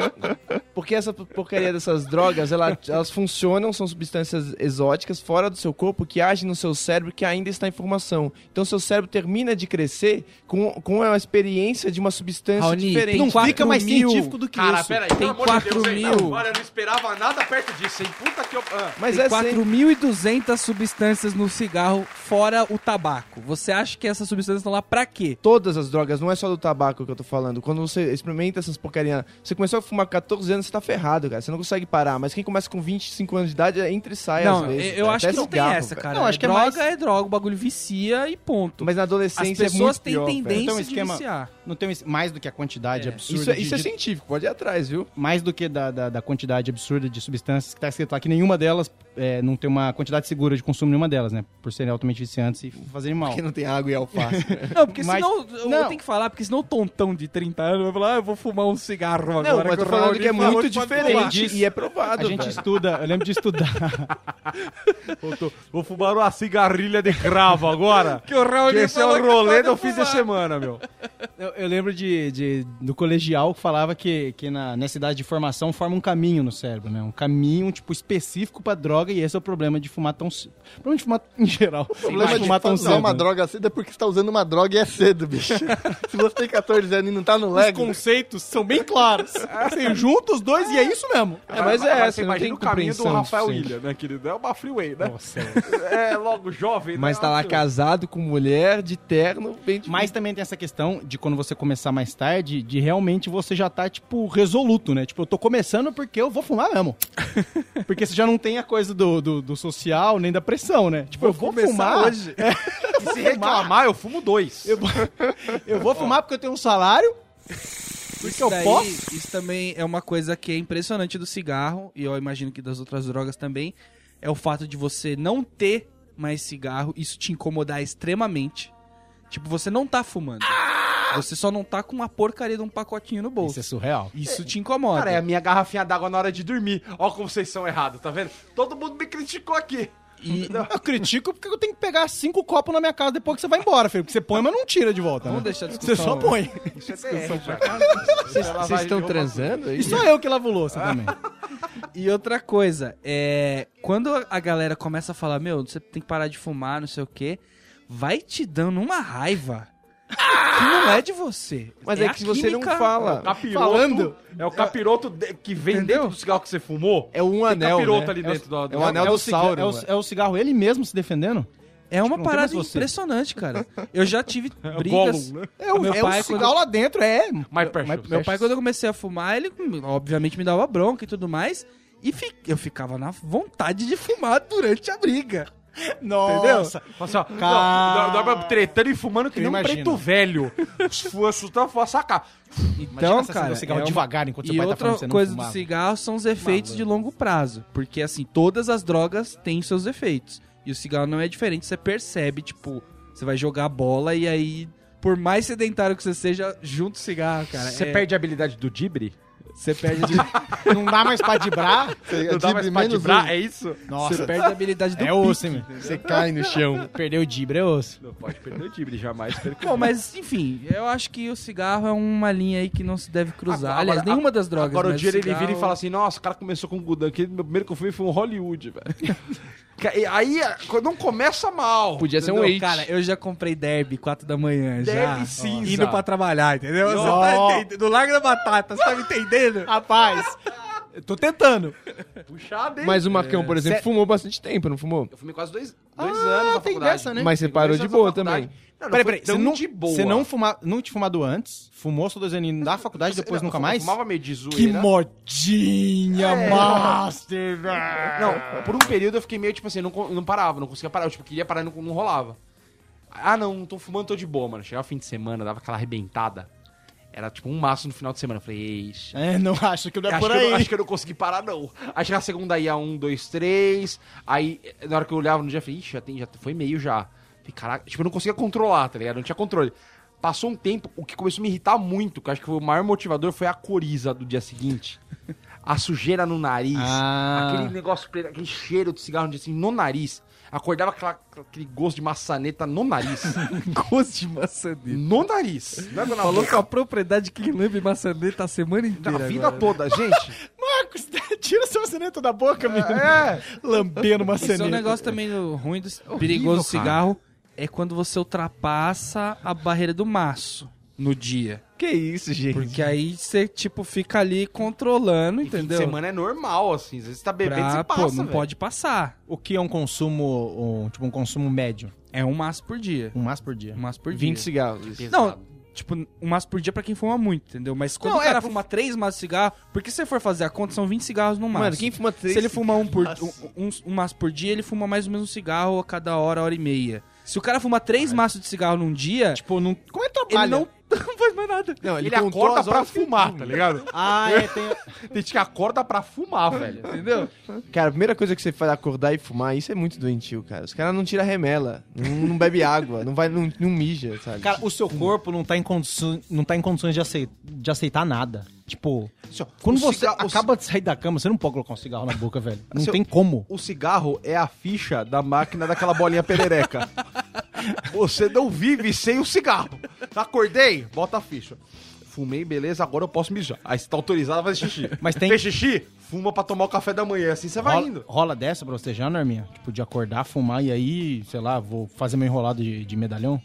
[SPEAKER 4] porque essa porcaria dessas drogas, ela- elas funcionam, são substâncias exóticas fora do seu corpo que agem no seu cérebro que ainda está em formação. Então seu cérebro termina de crescer com, com a experiência de uma substância
[SPEAKER 1] Raoni,
[SPEAKER 4] diferente.
[SPEAKER 2] Não
[SPEAKER 1] Quatro
[SPEAKER 2] fica mais
[SPEAKER 1] mil.
[SPEAKER 2] científico do que
[SPEAKER 5] Cara,
[SPEAKER 2] isso.
[SPEAKER 5] peraí,
[SPEAKER 1] Tem
[SPEAKER 5] pelo amor de
[SPEAKER 1] 4
[SPEAKER 5] Deus, hein?
[SPEAKER 1] mil.
[SPEAKER 5] Não, Olha, eu não esperava nada perto disso, hein? Puta que eu. Ah.
[SPEAKER 4] Mas
[SPEAKER 1] Tem
[SPEAKER 4] é sempre.
[SPEAKER 1] 4.200 substâncias no cigarro, fora o tabaco. Você acha que essas substâncias estão lá pra quê?
[SPEAKER 4] Todas as drogas, não é só do tabaco que eu tô falando. Quando você experimenta essas porcarias, você começou a fumar com 14 anos, você tá ferrado, cara. Você não consegue parar. Mas quem começa com 25 anos de idade é entra e sai
[SPEAKER 1] não,
[SPEAKER 4] às vezes.
[SPEAKER 1] eu
[SPEAKER 4] cara.
[SPEAKER 1] acho
[SPEAKER 4] Até
[SPEAKER 1] que não tem
[SPEAKER 4] cigarro,
[SPEAKER 1] essa,
[SPEAKER 4] velho.
[SPEAKER 1] cara.
[SPEAKER 2] Não, acho que é
[SPEAKER 1] droga
[SPEAKER 2] mais-
[SPEAKER 1] é droga, o bagulho vicia e ponto.
[SPEAKER 4] Mas na
[SPEAKER 1] As
[SPEAKER 4] adolescência é
[SPEAKER 1] pessoas
[SPEAKER 4] muito
[SPEAKER 1] têm
[SPEAKER 4] pior, velho.
[SPEAKER 1] tendência
[SPEAKER 2] Então,
[SPEAKER 1] de
[SPEAKER 2] esquema-
[SPEAKER 1] viciar.
[SPEAKER 2] Não tem esse- mais do que a quantidade
[SPEAKER 1] É.
[SPEAKER 2] absurda
[SPEAKER 4] Isso, é-
[SPEAKER 2] de-
[SPEAKER 4] isso é
[SPEAKER 2] de
[SPEAKER 4] científico, pode ir atrás, viu?
[SPEAKER 2] mais do que da, da, da quantidade absurda de substâncias que tá escrito lá, que nenhuma delas é, não tem uma quantidade segura de consumo nenhuma delas, né? Por serem altamente viciantes e fazerem mal.
[SPEAKER 4] Porque não tem água e alface.
[SPEAKER 1] Não, porque
[SPEAKER 2] Mas-
[SPEAKER 1] senão. Eu
[SPEAKER 2] não.
[SPEAKER 1] tenho que falar, porque senão o tontão de 30 anos vai falar, ah, eu vou fumar um cigarro agora.
[SPEAKER 4] Não, mas
[SPEAKER 1] que
[SPEAKER 4] tô
[SPEAKER 1] o
[SPEAKER 4] falando
[SPEAKER 1] Raoni
[SPEAKER 4] que é
[SPEAKER 1] falou
[SPEAKER 4] muito
[SPEAKER 1] pode fumar.
[SPEAKER 4] diferente e é provado.
[SPEAKER 2] A gente
[SPEAKER 4] velho.
[SPEAKER 2] estuda, eu lembro de estudar.
[SPEAKER 5] Voltou. Vou fumar uma cigarrilha de cravo agora.
[SPEAKER 1] Que o Raoni
[SPEAKER 5] Que esse é
[SPEAKER 1] falou
[SPEAKER 5] o
[SPEAKER 1] que pode
[SPEAKER 5] rolê do fim de
[SPEAKER 1] fumar.
[SPEAKER 5] semana, meu.
[SPEAKER 2] Eu, eu lembro de, de- do colegial que falava que, que na, nessa idade de formação forma um caminho no cérebro, né? Um caminho, tipo, específico pra droga e esse é o problema de fumar tão cedo. problema de fumar em geral.
[SPEAKER 3] O problema
[SPEAKER 2] mas fumar
[SPEAKER 3] de
[SPEAKER 2] tão
[SPEAKER 3] usar
[SPEAKER 2] cedo.
[SPEAKER 3] uma
[SPEAKER 2] né?
[SPEAKER 3] droga cedo é porque você tá usando uma droga e é cedo, bicho. Se você tem 14 anos e não tá no
[SPEAKER 2] Os
[SPEAKER 3] leg,
[SPEAKER 2] conceitos são bem claros. Você junta os dois e é isso mesmo.
[SPEAKER 4] É, mas é,
[SPEAKER 5] você
[SPEAKER 4] você não
[SPEAKER 5] imagina
[SPEAKER 4] tem
[SPEAKER 5] o caminho do
[SPEAKER 4] compreensão
[SPEAKER 5] Rafael
[SPEAKER 4] suficiente.
[SPEAKER 5] Ilha, né, querido? É uma freeway, né?
[SPEAKER 2] Nossa.
[SPEAKER 5] É logo jovem,
[SPEAKER 4] Mas
[SPEAKER 5] né?
[SPEAKER 4] tá lá casado com mulher de terno, bem difícil.
[SPEAKER 2] Mas também tem essa questão de quando você começar mais tarde, de realmente você já tá, tipo, resoluto, né? Tipo, eu tô começando porque eu vou fumar mesmo. Porque você já não tem a coisa do, do, do social, nem da pressão, né? Tipo, eu vou fumar.
[SPEAKER 5] hoje. E se reclamar, eu fumo dois.
[SPEAKER 2] Eu, eu vou fumar porque eu tenho um salário.
[SPEAKER 1] Porque
[SPEAKER 2] eu posso?
[SPEAKER 1] Isso também é uma coisa que é impressionante do cigarro, e eu imagino que das outras drogas também, é o fato de você não ter mais cigarro, isso te incomodar extremamente. Tipo, você não tá fumando. Você só não tá com uma porcaria de um pacotinho no bolso.
[SPEAKER 2] Isso é surreal.
[SPEAKER 1] Isso te incomoda.
[SPEAKER 5] Cara, é a minha garrafinha d'água na hora de dormir. Ó como vocês são errados, tá vendo? Todo mundo me criticou aqui.
[SPEAKER 2] Eu critico porque eu tenho que pegar cinco copos na minha casa depois que você vai embora, filho. Porque você põe, mas não tira de volta.
[SPEAKER 1] Vamos
[SPEAKER 2] né?
[SPEAKER 1] deixar a
[SPEAKER 2] Você
[SPEAKER 1] discussão.
[SPEAKER 2] só põe.
[SPEAKER 5] Isso é DR, já.
[SPEAKER 4] Vocês-
[SPEAKER 5] Ela
[SPEAKER 4] Vocês
[SPEAKER 5] vai
[SPEAKER 4] estão
[SPEAKER 5] roubar
[SPEAKER 4] transando é aí?
[SPEAKER 2] E só eu que lavo louça também.
[SPEAKER 1] E outra coisa, é. Quando a galera começa a falar, meu, você tem que parar de fumar, não sei o quê, vai te dando uma raiva. Que não é de você.
[SPEAKER 4] Mas
[SPEAKER 1] é
[SPEAKER 4] é que se você não
[SPEAKER 1] química-
[SPEAKER 5] tudo. É o
[SPEAKER 4] fala.
[SPEAKER 5] capiroto,
[SPEAKER 2] Falando.
[SPEAKER 5] É o capiroto de- que vem
[SPEAKER 1] Entendeu?
[SPEAKER 5] dentro do cigarro que você fumou.
[SPEAKER 4] É um
[SPEAKER 5] Tem
[SPEAKER 4] anel.
[SPEAKER 5] capiroto
[SPEAKER 4] né?
[SPEAKER 5] ali dentro do, do
[SPEAKER 4] é um anel
[SPEAKER 2] o
[SPEAKER 4] do
[SPEAKER 2] cigarro-
[SPEAKER 4] Sauron,
[SPEAKER 2] é o-
[SPEAKER 4] mano.
[SPEAKER 2] é o cigarro ele mesmo se defendendo?
[SPEAKER 1] É uma
[SPEAKER 2] não tem mais
[SPEAKER 1] parada
[SPEAKER 2] você.
[SPEAKER 1] impressionante, cara. Eu já tive brigas.
[SPEAKER 5] Gollum, né?
[SPEAKER 2] É o,
[SPEAKER 1] Meu
[SPEAKER 2] é
[SPEAKER 1] pai,
[SPEAKER 2] o cigarro lá dentro, é.
[SPEAKER 5] My precious.
[SPEAKER 2] Mas-
[SPEAKER 1] Meu pai, quando eu comecei a fumar, ele hum, obviamente me dava bronca e tudo mais. E fi- eu ficava na vontade de fumar durante a briga.
[SPEAKER 2] Nossa.
[SPEAKER 5] Assim, ó,
[SPEAKER 2] Cara.
[SPEAKER 5] não, não, não, tretando e fumando que
[SPEAKER 2] Eu
[SPEAKER 5] nem um
[SPEAKER 2] imagino.
[SPEAKER 5] preto velho. Se for assustar, for sacar.
[SPEAKER 2] Então,
[SPEAKER 1] Então,
[SPEAKER 5] um
[SPEAKER 1] cara,
[SPEAKER 2] cigarro
[SPEAKER 1] é uma-
[SPEAKER 2] devagar enquanto seu
[SPEAKER 1] E
[SPEAKER 2] pai tá
[SPEAKER 1] outra
[SPEAKER 2] falando que você não
[SPEAKER 1] coisa
[SPEAKER 2] fumava.
[SPEAKER 1] do cigarro são os efeitos de longo prazo. Porque, assim, todas as drogas têm seus efeitos. E o cigarro não é diferente. Você percebe, tipo, você vai jogar bola e aí, por mais sedentário que você seja, junto o cigarro, cara.
[SPEAKER 5] Você
[SPEAKER 1] É,
[SPEAKER 5] perde a habilidade do Dibri?
[SPEAKER 1] Você perde,
[SPEAKER 2] Não dá mais pra dibrar?
[SPEAKER 3] Você
[SPEAKER 5] Não dá
[SPEAKER 3] ative
[SPEAKER 5] mais pra
[SPEAKER 3] menos
[SPEAKER 5] Dibrar?
[SPEAKER 3] um.
[SPEAKER 5] É isso?
[SPEAKER 1] você
[SPEAKER 2] Nossa,
[SPEAKER 1] perde a habilidade do
[SPEAKER 2] é
[SPEAKER 1] pique.
[SPEAKER 2] osso, hein, meu? Você cai no chão. Perdeu o dibre, é osso.
[SPEAKER 5] Não pode perder o Dibri, jamais.
[SPEAKER 1] Bom, mas enfim, eu acho que o cigarro é uma linha aí que não se deve cruzar.
[SPEAKER 5] Agora-
[SPEAKER 1] Aliás, nenhuma das drogas. né?
[SPEAKER 5] Agora o
[SPEAKER 1] mas
[SPEAKER 5] dia ele
[SPEAKER 1] cigarro-
[SPEAKER 5] vira e fala assim: Nossa, o cara começou com o Gudan, que meu primeiro que eu fui foi um Hollywood, velho. Que- e aí a- não começa mal.
[SPEAKER 6] Podia ser um
[SPEAKER 1] Entendeu?
[SPEAKER 6] H.
[SPEAKER 1] Cara, eu já comprei derby 4 da manhã já.
[SPEAKER 5] Derby cinza.
[SPEAKER 1] Indo pra trabalhar, entendeu? Você tá entendendo? Do Largo da Batata, você tá me entendendo?
[SPEAKER 2] Rapaz, eu tô tentando.
[SPEAKER 5] Puxado, hein?
[SPEAKER 6] Mas o Marcão,
[SPEAKER 4] é.
[SPEAKER 6] por exemplo, fumou bastante tempo, não fumou?
[SPEAKER 5] Eu fumei quase dois, dois anos na
[SPEAKER 2] tem
[SPEAKER 5] faculdade.
[SPEAKER 2] dessa, né?
[SPEAKER 6] Mas você parou
[SPEAKER 5] Dois
[SPEAKER 6] de
[SPEAKER 5] anos
[SPEAKER 6] boa
[SPEAKER 5] na faculdade.
[SPEAKER 6] também.
[SPEAKER 5] Não, não
[SPEAKER 2] Peraí,
[SPEAKER 5] foi
[SPEAKER 2] peraí,
[SPEAKER 5] tão
[SPEAKER 2] você não,
[SPEAKER 5] de boa.
[SPEAKER 2] você não, fuma, não tinha fumado antes, fumou só dois aninhos da faculdade, depois
[SPEAKER 5] Não,
[SPEAKER 2] nunca
[SPEAKER 5] eu
[SPEAKER 2] mais?
[SPEAKER 5] Fumava meio de zoeira.
[SPEAKER 2] Que modinha,
[SPEAKER 1] É.
[SPEAKER 2] master, Ah.
[SPEAKER 5] Não, por um período eu fiquei meio tipo assim, não, con- não parava, não conseguia parar. Eu tipo, queria parar e não, não rolava. Ah, não, não tô fumando, tô de boa, mano. Chegava fim de semana, dava aquela arrebentada. Era tipo um maço no final de semana. Eu falei, eixa.
[SPEAKER 2] É, não acho que não é
[SPEAKER 5] acho,
[SPEAKER 2] por
[SPEAKER 5] que eu,
[SPEAKER 2] aí.
[SPEAKER 5] não- acho que eu não consegui parar, não. Aí chegava a segunda ia um, dois, três. Aí, na hora que eu olhava no dia, eu falei, ixi, já, tem, já foi meio já. Falei, caraca, tipo, eu não conseguia controlar, tá ligado? Não tinha controle. Passou um tempo, o que começou a me irritar muito, que eu acho que foi o maior motivador, foi a coriza do dia seguinte. A sujeira no nariz,
[SPEAKER 2] Ah.
[SPEAKER 5] aquele negócio preto, aquele cheiro de cigarro no dia seguinte, no nariz. Acordava aquela- aquele gosto de maçaneta no nariz.
[SPEAKER 1] Gosto de maçaneta.
[SPEAKER 5] no nariz. Não é na
[SPEAKER 1] Falou
[SPEAKER 5] boca.
[SPEAKER 1] com a propriedade que lambe maçaneta a semana inteira.
[SPEAKER 5] A vida
[SPEAKER 1] agora.
[SPEAKER 5] toda, gente.
[SPEAKER 2] Marcos, tira seu maçaneta da boca, menino. Lambendo uma
[SPEAKER 1] Esse é um negócio também do- ruim, do, perigoso do
[SPEAKER 5] cara.
[SPEAKER 1] cigarro, é quando você ultrapassa a barreira do maço no dia.
[SPEAKER 4] Que isso, gente?
[SPEAKER 1] Porque aí você, tipo, fica ali controlando,
[SPEAKER 5] E Fim de
[SPEAKER 1] entendeu?
[SPEAKER 5] semana é normal, assim. Às vezes você tá bebendo,
[SPEAKER 1] pra,
[SPEAKER 5] você
[SPEAKER 1] pô,
[SPEAKER 5] passa,
[SPEAKER 1] não
[SPEAKER 5] velho.
[SPEAKER 1] pode passar.
[SPEAKER 2] O que é um consumo, um- tipo, um consumo médio?
[SPEAKER 1] É um maço por dia.
[SPEAKER 2] Um maço por dia.
[SPEAKER 1] Um maço por
[SPEAKER 4] 20
[SPEAKER 1] dia.
[SPEAKER 4] cigarros.
[SPEAKER 1] Não, tipo, um maço por dia pra quem fuma muito, entendeu? Mas quando
[SPEAKER 5] Não,
[SPEAKER 1] o
[SPEAKER 5] é,
[SPEAKER 1] cara
[SPEAKER 5] por-
[SPEAKER 1] fuma três maços de cigarro, porque se você for fazer a conta, são 20 cigarros no maço.
[SPEAKER 4] Mano, quem fuma três
[SPEAKER 1] Se ele fuma um, por, um, um, um maço por dia, ele fuma mais ou menos um cigarro a cada hora, hora e meia. Se o cara fuma três maços de cigarro num dia,
[SPEAKER 2] Tipo, não... como é que
[SPEAKER 1] ele
[SPEAKER 2] trabalha?
[SPEAKER 1] não, não faz mais nada.
[SPEAKER 4] Não, um
[SPEAKER 5] Ele,
[SPEAKER 4] contou
[SPEAKER 5] acorda
[SPEAKER 4] as
[SPEAKER 5] pra
[SPEAKER 4] horas que ele
[SPEAKER 5] fumar,
[SPEAKER 4] fuma.
[SPEAKER 5] tá ligado?
[SPEAKER 2] Ah, é, tem...
[SPEAKER 5] Tem gente que acorda pra fumar, velho.
[SPEAKER 1] Entendeu?
[SPEAKER 4] Cara, a primeira coisa que você faz é acordar e fumar, isso é muito doentio, cara. Os caras não tiram remela, não, não bebe água, não vai, não, não mija, sabe?
[SPEAKER 2] Cara, o seu corpo não tá em, condiço- não tá em condições de, acei- de aceitar nada. Tipo, quando
[SPEAKER 5] o
[SPEAKER 2] você
[SPEAKER 5] Assim, um cigarro- o
[SPEAKER 2] acaba de sair da cama, você não pode colocar um cigarro na boca, velho. Não
[SPEAKER 5] Seu-
[SPEAKER 2] tem como.
[SPEAKER 5] O cigarro é a ficha da máquina daquela bolinha perereca. Você não vive sem o cigarro. Tá, Acordei, bota a ficha. Fumei, beleza, agora eu posso mijar. Aí você tá autorizado a fazer xixi.
[SPEAKER 2] Mas tem-
[SPEAKER 5] Fez xixi? Fuma pra tomar o café da manhã. Assim você vai
[SPEAKER 2] rola,
[SPEAKER 5] indo.
[SPEAKER 2] rola dessa pra você já, Norminha? Tipo, de acordar, fumar e aí, sei lá, vou fazer meu enrolado de, de medalhão?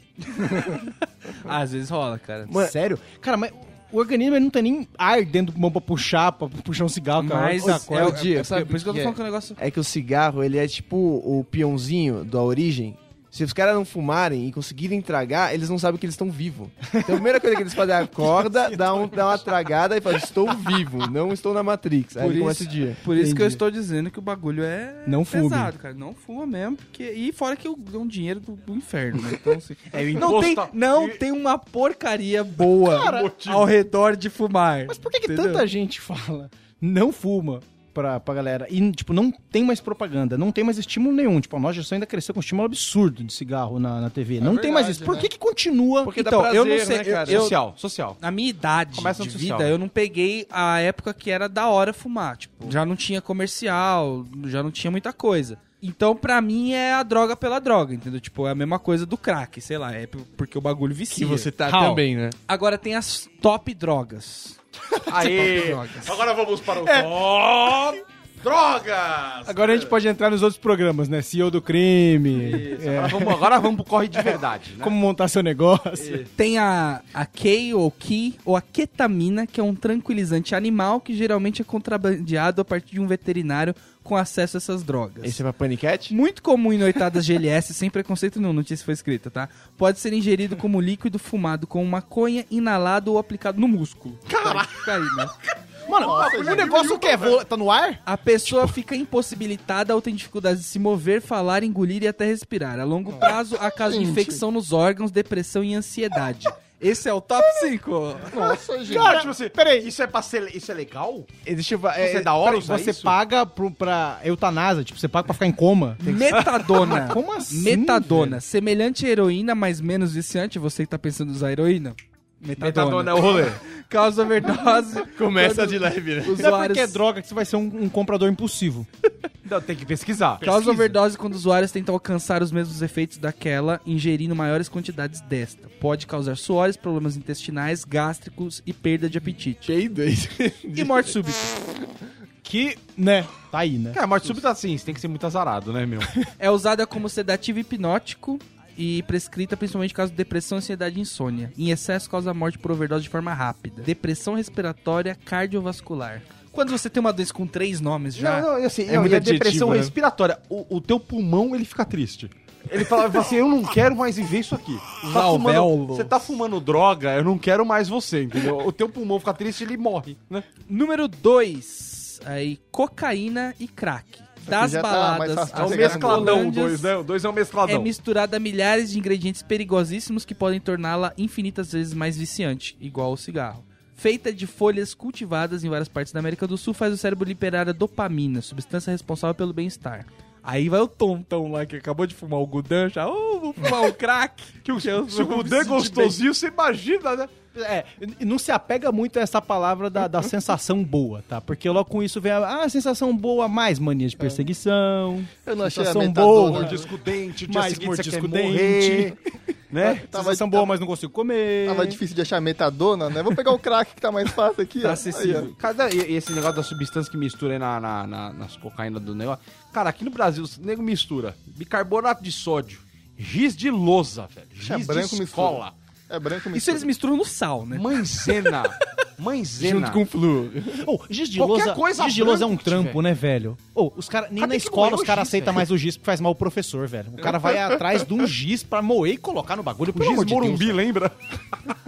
[SPEAKER 1] Às vezes rola, cara.
[SPEAKER 2] Sério? Cara, mas o organismo ele não tem nem ar dentro do pulmão pra puxar, pra puxar um cigarro, cara.
[SPEAKER 1] Mas
[SPEAKER 2] Olha,
[SPEAKER 1] é,
[SPEAKER 2] acorda.
[SPEAKER 1] o
[SPEAKER 4] dia,
[SPEAKER 1] dia,
[SPEAKER 4] sabe
[SPEAKER 1] Por isso que eu tô
[SPEAKER 4] por quê?
[SPEAKER 1] falando que o negócio...
[SPEAKER 4] É que o cigarro, ele é tipo o peãozinho da origem. Se os caras não fumarem e conseguirem tragar, eles não sabem que eles estão vivos. Então a primeira coisa que eles fazem é acorda, dá, um, dá uma tragada e fala, estou vivo, não estou na Matrix. Aí
[SPEAKER 1] é Por
[SPEAKER 4] é, ele começa o
[SPEAKER 1] isso-
[SPEAKER 4] dia.
[SPEAKER 1] Por isso que eu estou dizendo que o bagulho é
[SPEAKER 2] Não fume.
[SPEAKER 1] pesado, cara. Não fuma mesmo, porque. E fora que eu dou um dinheiro do, do inferno, né? Então, assim, não, tem,
[SPEAKER 5] imposto É, a-
[SPEAKER 1] não tem uma porcaria boa ao redor de fumar.
[SPEAKER 2] Mas por que, que
[SPEAKER 1] Entendeu?
[SPEAKER 2] tanta gente fala não fuma pra, pra galera? E, tipo, não tem mais propaganda, não tem mais estímulo nenhum. Tipo, a nossa geração ainda cresceu com um estímulo absurdo de cigarro na, na
[SPEAKER 5] É
[SPEAKER 2] TV. não tem mais
[SPEAKER 1] verdade,
[SPEAKER 2] isso. Por
[SPEAKER 1] né?
[SPEAKER 2] que que continua?
[SPEAKER 4] Porque
[SPEAKER 1] Então,
[SPEAKER 4] dá prazer,
[SPEAKER 1] eu não sei,
[SPEAKER 4] né,
[SPEAKER 1] eu-
[SPEAKER 4] cara?
[SPEAKER 1] eu-
[SPEAKER 5] Social, social.
[SPEAKER 1] Na minha idade
[SPEAKER 5] Começa
[SPEAKER 1] de
[SPEAKER 5] no
[SPEAKER 1] vida,
[SPEAKER 5] social. né?
[SPEAKER 1] eu não peguei a época que era da hora fumar. Tipo, já não tinha comercial, já não tinha muita coisa. Então, pra mim, é a droga pela droga, entendeu? Tipo, é a mesma coisa do crack, sei lá, é p- porque o bagulho vicia.
[SPEAKER 4] tá
[SPEAKER 2] How?
[SPEAKER 4] né?
[SPEAKER 1] Agora tem as top drogas.
[SPEAKER 5] Aê!
[SPEAKER 1] drogas.
[SPEAKER 5] É. Agora vamos para o Drogas!
[SPEAKER 2] Agora a gente pode entrar nos outros programas, né? CEO do crime, É.
[SPEAKER 5] Isso, Agora, vamos, agora vamos pro corre de verdade, né?
[SPEAKER 2] como montar seu negócio.
[SPEAKER 1] É. Tem a, a Key ou Ki, ou a ketamina, que é um tranquilizante animal que geralmente é contrabandeado a partir de um veterinário com acesso a essas drogas.
[SPEAKER 4] Esse é pra paniquete?
[SPEAKER 1] Muito comum em noitadas GLS, sem preconceito nenhum, notícia foi escrita, tá? Pode ser ingerido como líquido fumado com maconha, inalado ou aplicado no músculo. Caralho!
[SPEAKER 2] Mano, o negócio que é, voa- tá no ar?
[SPEAKER 1] né? A pessoa fica impossibilitada ou tem dificuldade de se mover, falar, engolir e até respirar. A longo prazo, há casos de
[SPEAKER 3] Gente.
[SPEAKER 1] infecção nos órgãos, depressão e ansiedade. Esse é o top 5.
[SPEAKER 3] Nossa, gente.
[SPEAKER 5] Cara, tipo assim, peraí, isso é, pra ser, isso é legal?
[SPEAKER 4] Eh, Deixa eu fa-
[SPEAKER 5] Isso é
[SPEAKER 4] eh,
[SPEAKER 5] da hora
[SPEAKER 2] Peraí,
[SPEAKER 5] usar
[SPEAKER 2] você
[SPEAKER 5] isso?
[SPEAKER 2] paga pro, pra eutanásia, tipo, você paga pra ficar em coma.
[SPEAKER 1] Metadona.
[SPEAKER 2] Como assim,
[SPEAKER 1] Metadona. Semelhante à heroína, mas menos viciante. Você que tá pensando em usar heroína?
[SPEAKER 5] Metadona é o rolê.
[SPEAKER 1] Causa overdose.
[SPEAKER 4] Começa de leve, né?
[SPEAKER 2] Não é
[SPEAKER 1] Usuários...
[SPEAKER 2] porque é droga que você vai ser um, um comprador impulsivo.
[SPEAKER 5] Não, tem que pesquisar.
[SPEAKER 2] é
[SPEAKER 1] Causa overdose quando usuários tentam alcançar os mesmos efeitos daquela, ingerindo maiores quantidades desta. Pode causar suores, problemas intestinais, gástricos e perda de apetite.
[SPEAKER 4] Peido aí.
[SPEAKER 1] E morte súbita.
[SPEAKER 2] Que, né? Tá aí, né?
[SPEAKER 5] Cara, morte súbita assim, você tem que ser muito azarado, né, meu?
[SPEAKER 1] É usada como sedativo hipnótico e prescrita principalmente caso de depressão, ansiedade e insônia. Em excesso, causa morte por overdose de forma rápida. Depressão respiratória cardiovascular. Quando você tem uma doença com três nomes já...
[SPEAKER 5] Não, não, assim,
[SPEAKER 4] É
[SPEAKER 5] não,
[SPEAKER 4] muito
[SPEAKER 5] e a depressão
[SPEAKER 4] adjetivo, né?
[SPEAKER 5] respiratória, o, o teu pulmão, ele fica triste. Ele fala ele fala assim, eu não quero mais viver isso aqui. Tá fumando,
[SPEAKER 1] Valvéolo.
[SPEAKER 5] você tá fumando droga, eu não quero mais você, entendeu? O teu pulmão fica triste, ele morre, né?
[SPEAKER 1] Número 2. Aí, cocaína e crack. Das
[SPEAKER 3] já tá mais
[SPEAKER 1] baladas
[SPEAKER 3] fácil de
[SPEAKER 5] É um
[SPEAKER 1] aos
[SPEAKER 3] chegar.
[SPEAKER 5] mescladão o
[SPEAKER 1] Cracolândias,
[SPEAKER 5] dois, né? O dois é um
[SPEAKER 1] é
[SPEAKER 5] mescladão.
[SPEAKER 1] misturada a milhares de ingredientes perigosíssimos que podem torná-la infinitas vezes mais viciante, igual o cigarro. Feita de folhas cultivadas em várias partes da América do Sul, faz o cérebro liberar a dopamina, substância responsável pelo bem-estar. Aí vai o tontão lá que acabou de fumar o Gudan, já, oh, vou fumar o crack.
[SPEAKER 5] Que o, se o
[SPEAKER 1] vou me
[SPEAKER 5] Budan é
[SPEAKER 1] sentir
[SPEAKER 5] gostosinho, você imagina, né?
[SPEAKER 2] É, e não se apega muito a essa palavra da, da sensação boa, tá? Porque logo com isso vem a ah, sensação boa mais mania de perseguição.
[SPEAKER 3] Eu não achei a
[SPEAKER 2] Sensação
[SPEAKER 3] metadona.
[SPEAKER 2] boa.
[SPEAKER 5] Mordisco o dente, o dia
[SPEAKER 2] Mais
[SPEAKER 5] seguinte você quer
[SPEAKER 2] mordisco
[SPEAKER 5] morrer, né?
[SPEAKER 3] Tava-
[SPEAKER 2] sensação boa, mas não consigo comer.
[SPEAKER 3] Tava difícil de achar metadona, né? Vou pegar o crack que tá mais fácil aqui,
[SPEAKER 1] Tá
[SPEAKER 3] ó. É
[SPEAKER 1] acessível.
[SPEAKER 3] Aí,
[SPEAKER 5] Cada, e- esse negócio da substância que mistura aí na, na, na- nas cocaína do negócio. Cara, aqui no Brasil, o nego mistura bicarbonato de sódio, giz de lousa, velho.
[SPEAKER 3] É
[SPEAKER 5] Giz
[SPEAKER 3] branco
[SPEAKER 5] de
[SPEAKER 3] mistura.
[SPEAKER 5] escola,
[SPEAKER 3] ó. É branco mesmo.
[SPEAKER 1] Isso eles misturam no sal, né?
[SPEAKER 5] maisena, maisena.
[SPEAKER 4] Junto com o flu.
[SPEAKER 2] Ô, giz de
[SPEAKER 5] Qualquer
[SPEAKER 2] lousa,
[SPEAKER 5] coisa
[SPEAKER 2] giz de lousa é um
[SPEAKER 5] branco,
[SPEAKER 2] trampo,
[SPEAKER 5] velho.
[SPEAKER 2] né, velho? Ô, os cara, nem
[SPEAKER 5] Cara,
[SPEAKER 2] na
[SPEAKER 5] tem que
[SPEAKER 2] escola
[SPEAKER 5] moer
[SPEAKER 2] os
[SPEAKER 5] o
[SPEAKER 2] caras
[SPEAKER 5] giz,
[SPEAKER 2] aceitam
[SPEAKER 5] velho.
[SPEAKER 2] mais o giz porque faz mal o professor, velho. O cara vai atrás de um giz pra moer e colocar no bagulho.
[SPEAKER 5] O
[SPEAKER 2] Pelo amor
[SPEAKER 5] giz
[SPEAKER 2] de Deus,
[SPEAKER 5] morumbi,
[SPEAKER 2] velho.
[SPEAKER 5] lembra?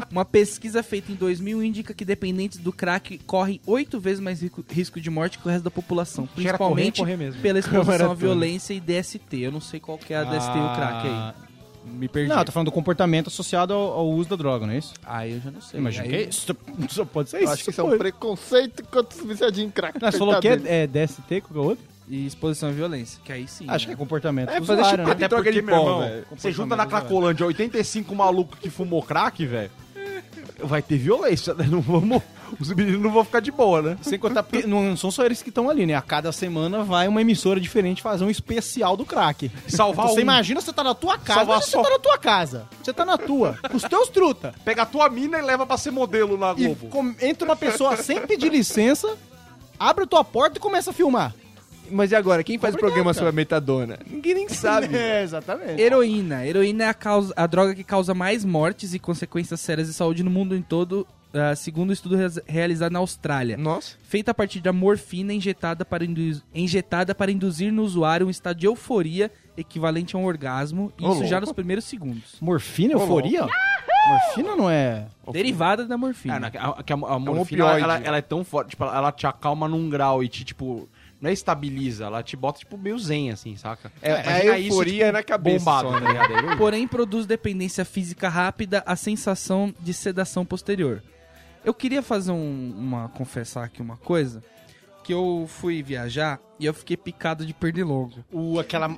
[SPEAKER 1] Uma pesquisa feita em 2000 indica que dependentes do crack correm oito vezes mais rico- risco de morte que o resto da população,
[SPEAKER 2] Era correr,
[SPEAKER 1] principalmente
[SPEAKER 2] correr mesmo.
[SPEAKER 1] pela exposição à
[SPEAKER 4] Maratona.
[SPEAKER 1] violência e DST. Eu não sei qual que é a DST e o crack aí. Me perdi.
[SPEAKER 2] Ah, Não, eu tô falando do comportamento associado ao, ao uso da droga, não é isso?
[SPEAKER 1] Aí eu já não sei.
[SPEAKER 2] Imagina
[SPEAKER 1] Aí-
[SPEAKER 2] que é isso. Só pode ser
[SPEAKER 3] Eu
[SPEAKER 2] isso.
[SPEAKER 3] acho que isso é um preconceito contra os viciadinhos em crack.
[SPEAKER 2] Não, você falou que é,
[SPEAKER 3] coitado
[SPEAKER 2] é DST, qual que é o outro?
[SPEAKER 1] E exposição à violência, que aí sim. né?
[SPEAKER 2] Acho que é comportamento.
[SPEAKER 4] É,
[SPEAKER 2] do
[SPEAKER 4] fazer
[SPEAKER 2] usuário,
[SPEAKER 4] chupeta.
[SPEAKER 2] né?
[SPEAKER 5] Até
[SPEAKER 4] troca
[SPEAKER 5] porque,
[SPEAKER 4] de
[SPEAKER 5] meu
[SPEAKER 4] pau,
[SPEAKER 5] irmão,
[SPEAKER 4] velho.
[SPEAKER 5] você junta na Cracolândia 85 maluco que fumou crack, velho. Vai ter violência, né? Não vamos, os meninos não vão ficar de boa, né?
[SPEAKER 2] Sem contar, porque não são só eles que estão ali, né? A cada semana vai uma emissora diferente fazer um especial do crack.
[SPEAKER 5] Salvar
[SPEAKER 2] Então, você
[SPEAKER 5] um.
[SPEAKER 2] imagina, você tá na tua casa,
[SPEAKER 5] Salvar
[SPEAKER 2] mas você
[SPEAKER 5] só-
[SPEAKER 2] tá na tua casa. Você tá na tua, com os teus truta.
[SPEAKER 5] Pega a tua mina e leva pra ser modelo na
[SPEAKER 2] E
[SPEAKER 5] Globo.
[SPEAKER 2] com- entra uma pessoa sem pedir licença, abre a tua porta e começa a filmar.
[SPEAKER 4] Mas e agora? Quem faz o
[SPEAKER 2] Obrigado,
[SPEAKER 4] programa
[SPEAKER 2] cara.
[SPEAKER 4] sobre a metadona? Ninguém nem sabe.
[SPEAKER 2] É, exatamente.
[SPEAKER 1] Heroína. Heroína é a, causa- a droga que causa mais mortes e consequências sérias de saúde no mundo em todo, ah, segundo um estudo res- realizado na Austrália.
[SPEAKER 4] Nossa.
[SPEAKER 1] feita a partir da morfina injetada para, indu- injetada para induzir no usuário um estado de euforia equivalente a um orgasmo, e isso já nos primeiros segundos.
[SPEAKER 2] Morfina, euforia? Morfina não é...
[SPEAKER 1] Derivada da
[SPEAKER 5] É,
[SPEAKER 1] morfina.
[SPEAKER 5] na- a, que a, a morfina,
[SPEAKER 4] opioide.
[SPEAKER 5] ela, ela é tão forte, tipo, ela, ela te acalma num grau e te, tipo, não é estabiliza, ela te bota, tipo, meio zen, assim, saca?
[SPEAKER 4] É, é a
[SPEAKER 5] imagina isso,
[SPEAKER 4] euforia na cabeça.
[SPEAKER 5] bombado,
[SPEAKER 4] só, né?
[SPEAKER 5] tá ligado? É euforia.
[SPEAKER 1] Porém, produz dependência física rápida a sensação de sedação posterior. Eu queria fazer um- uma. confessar aqui uma coisa. Que eu fui viajar e eu fiquei picado de pernilongo.
[SPEAKER 2] O, aquela...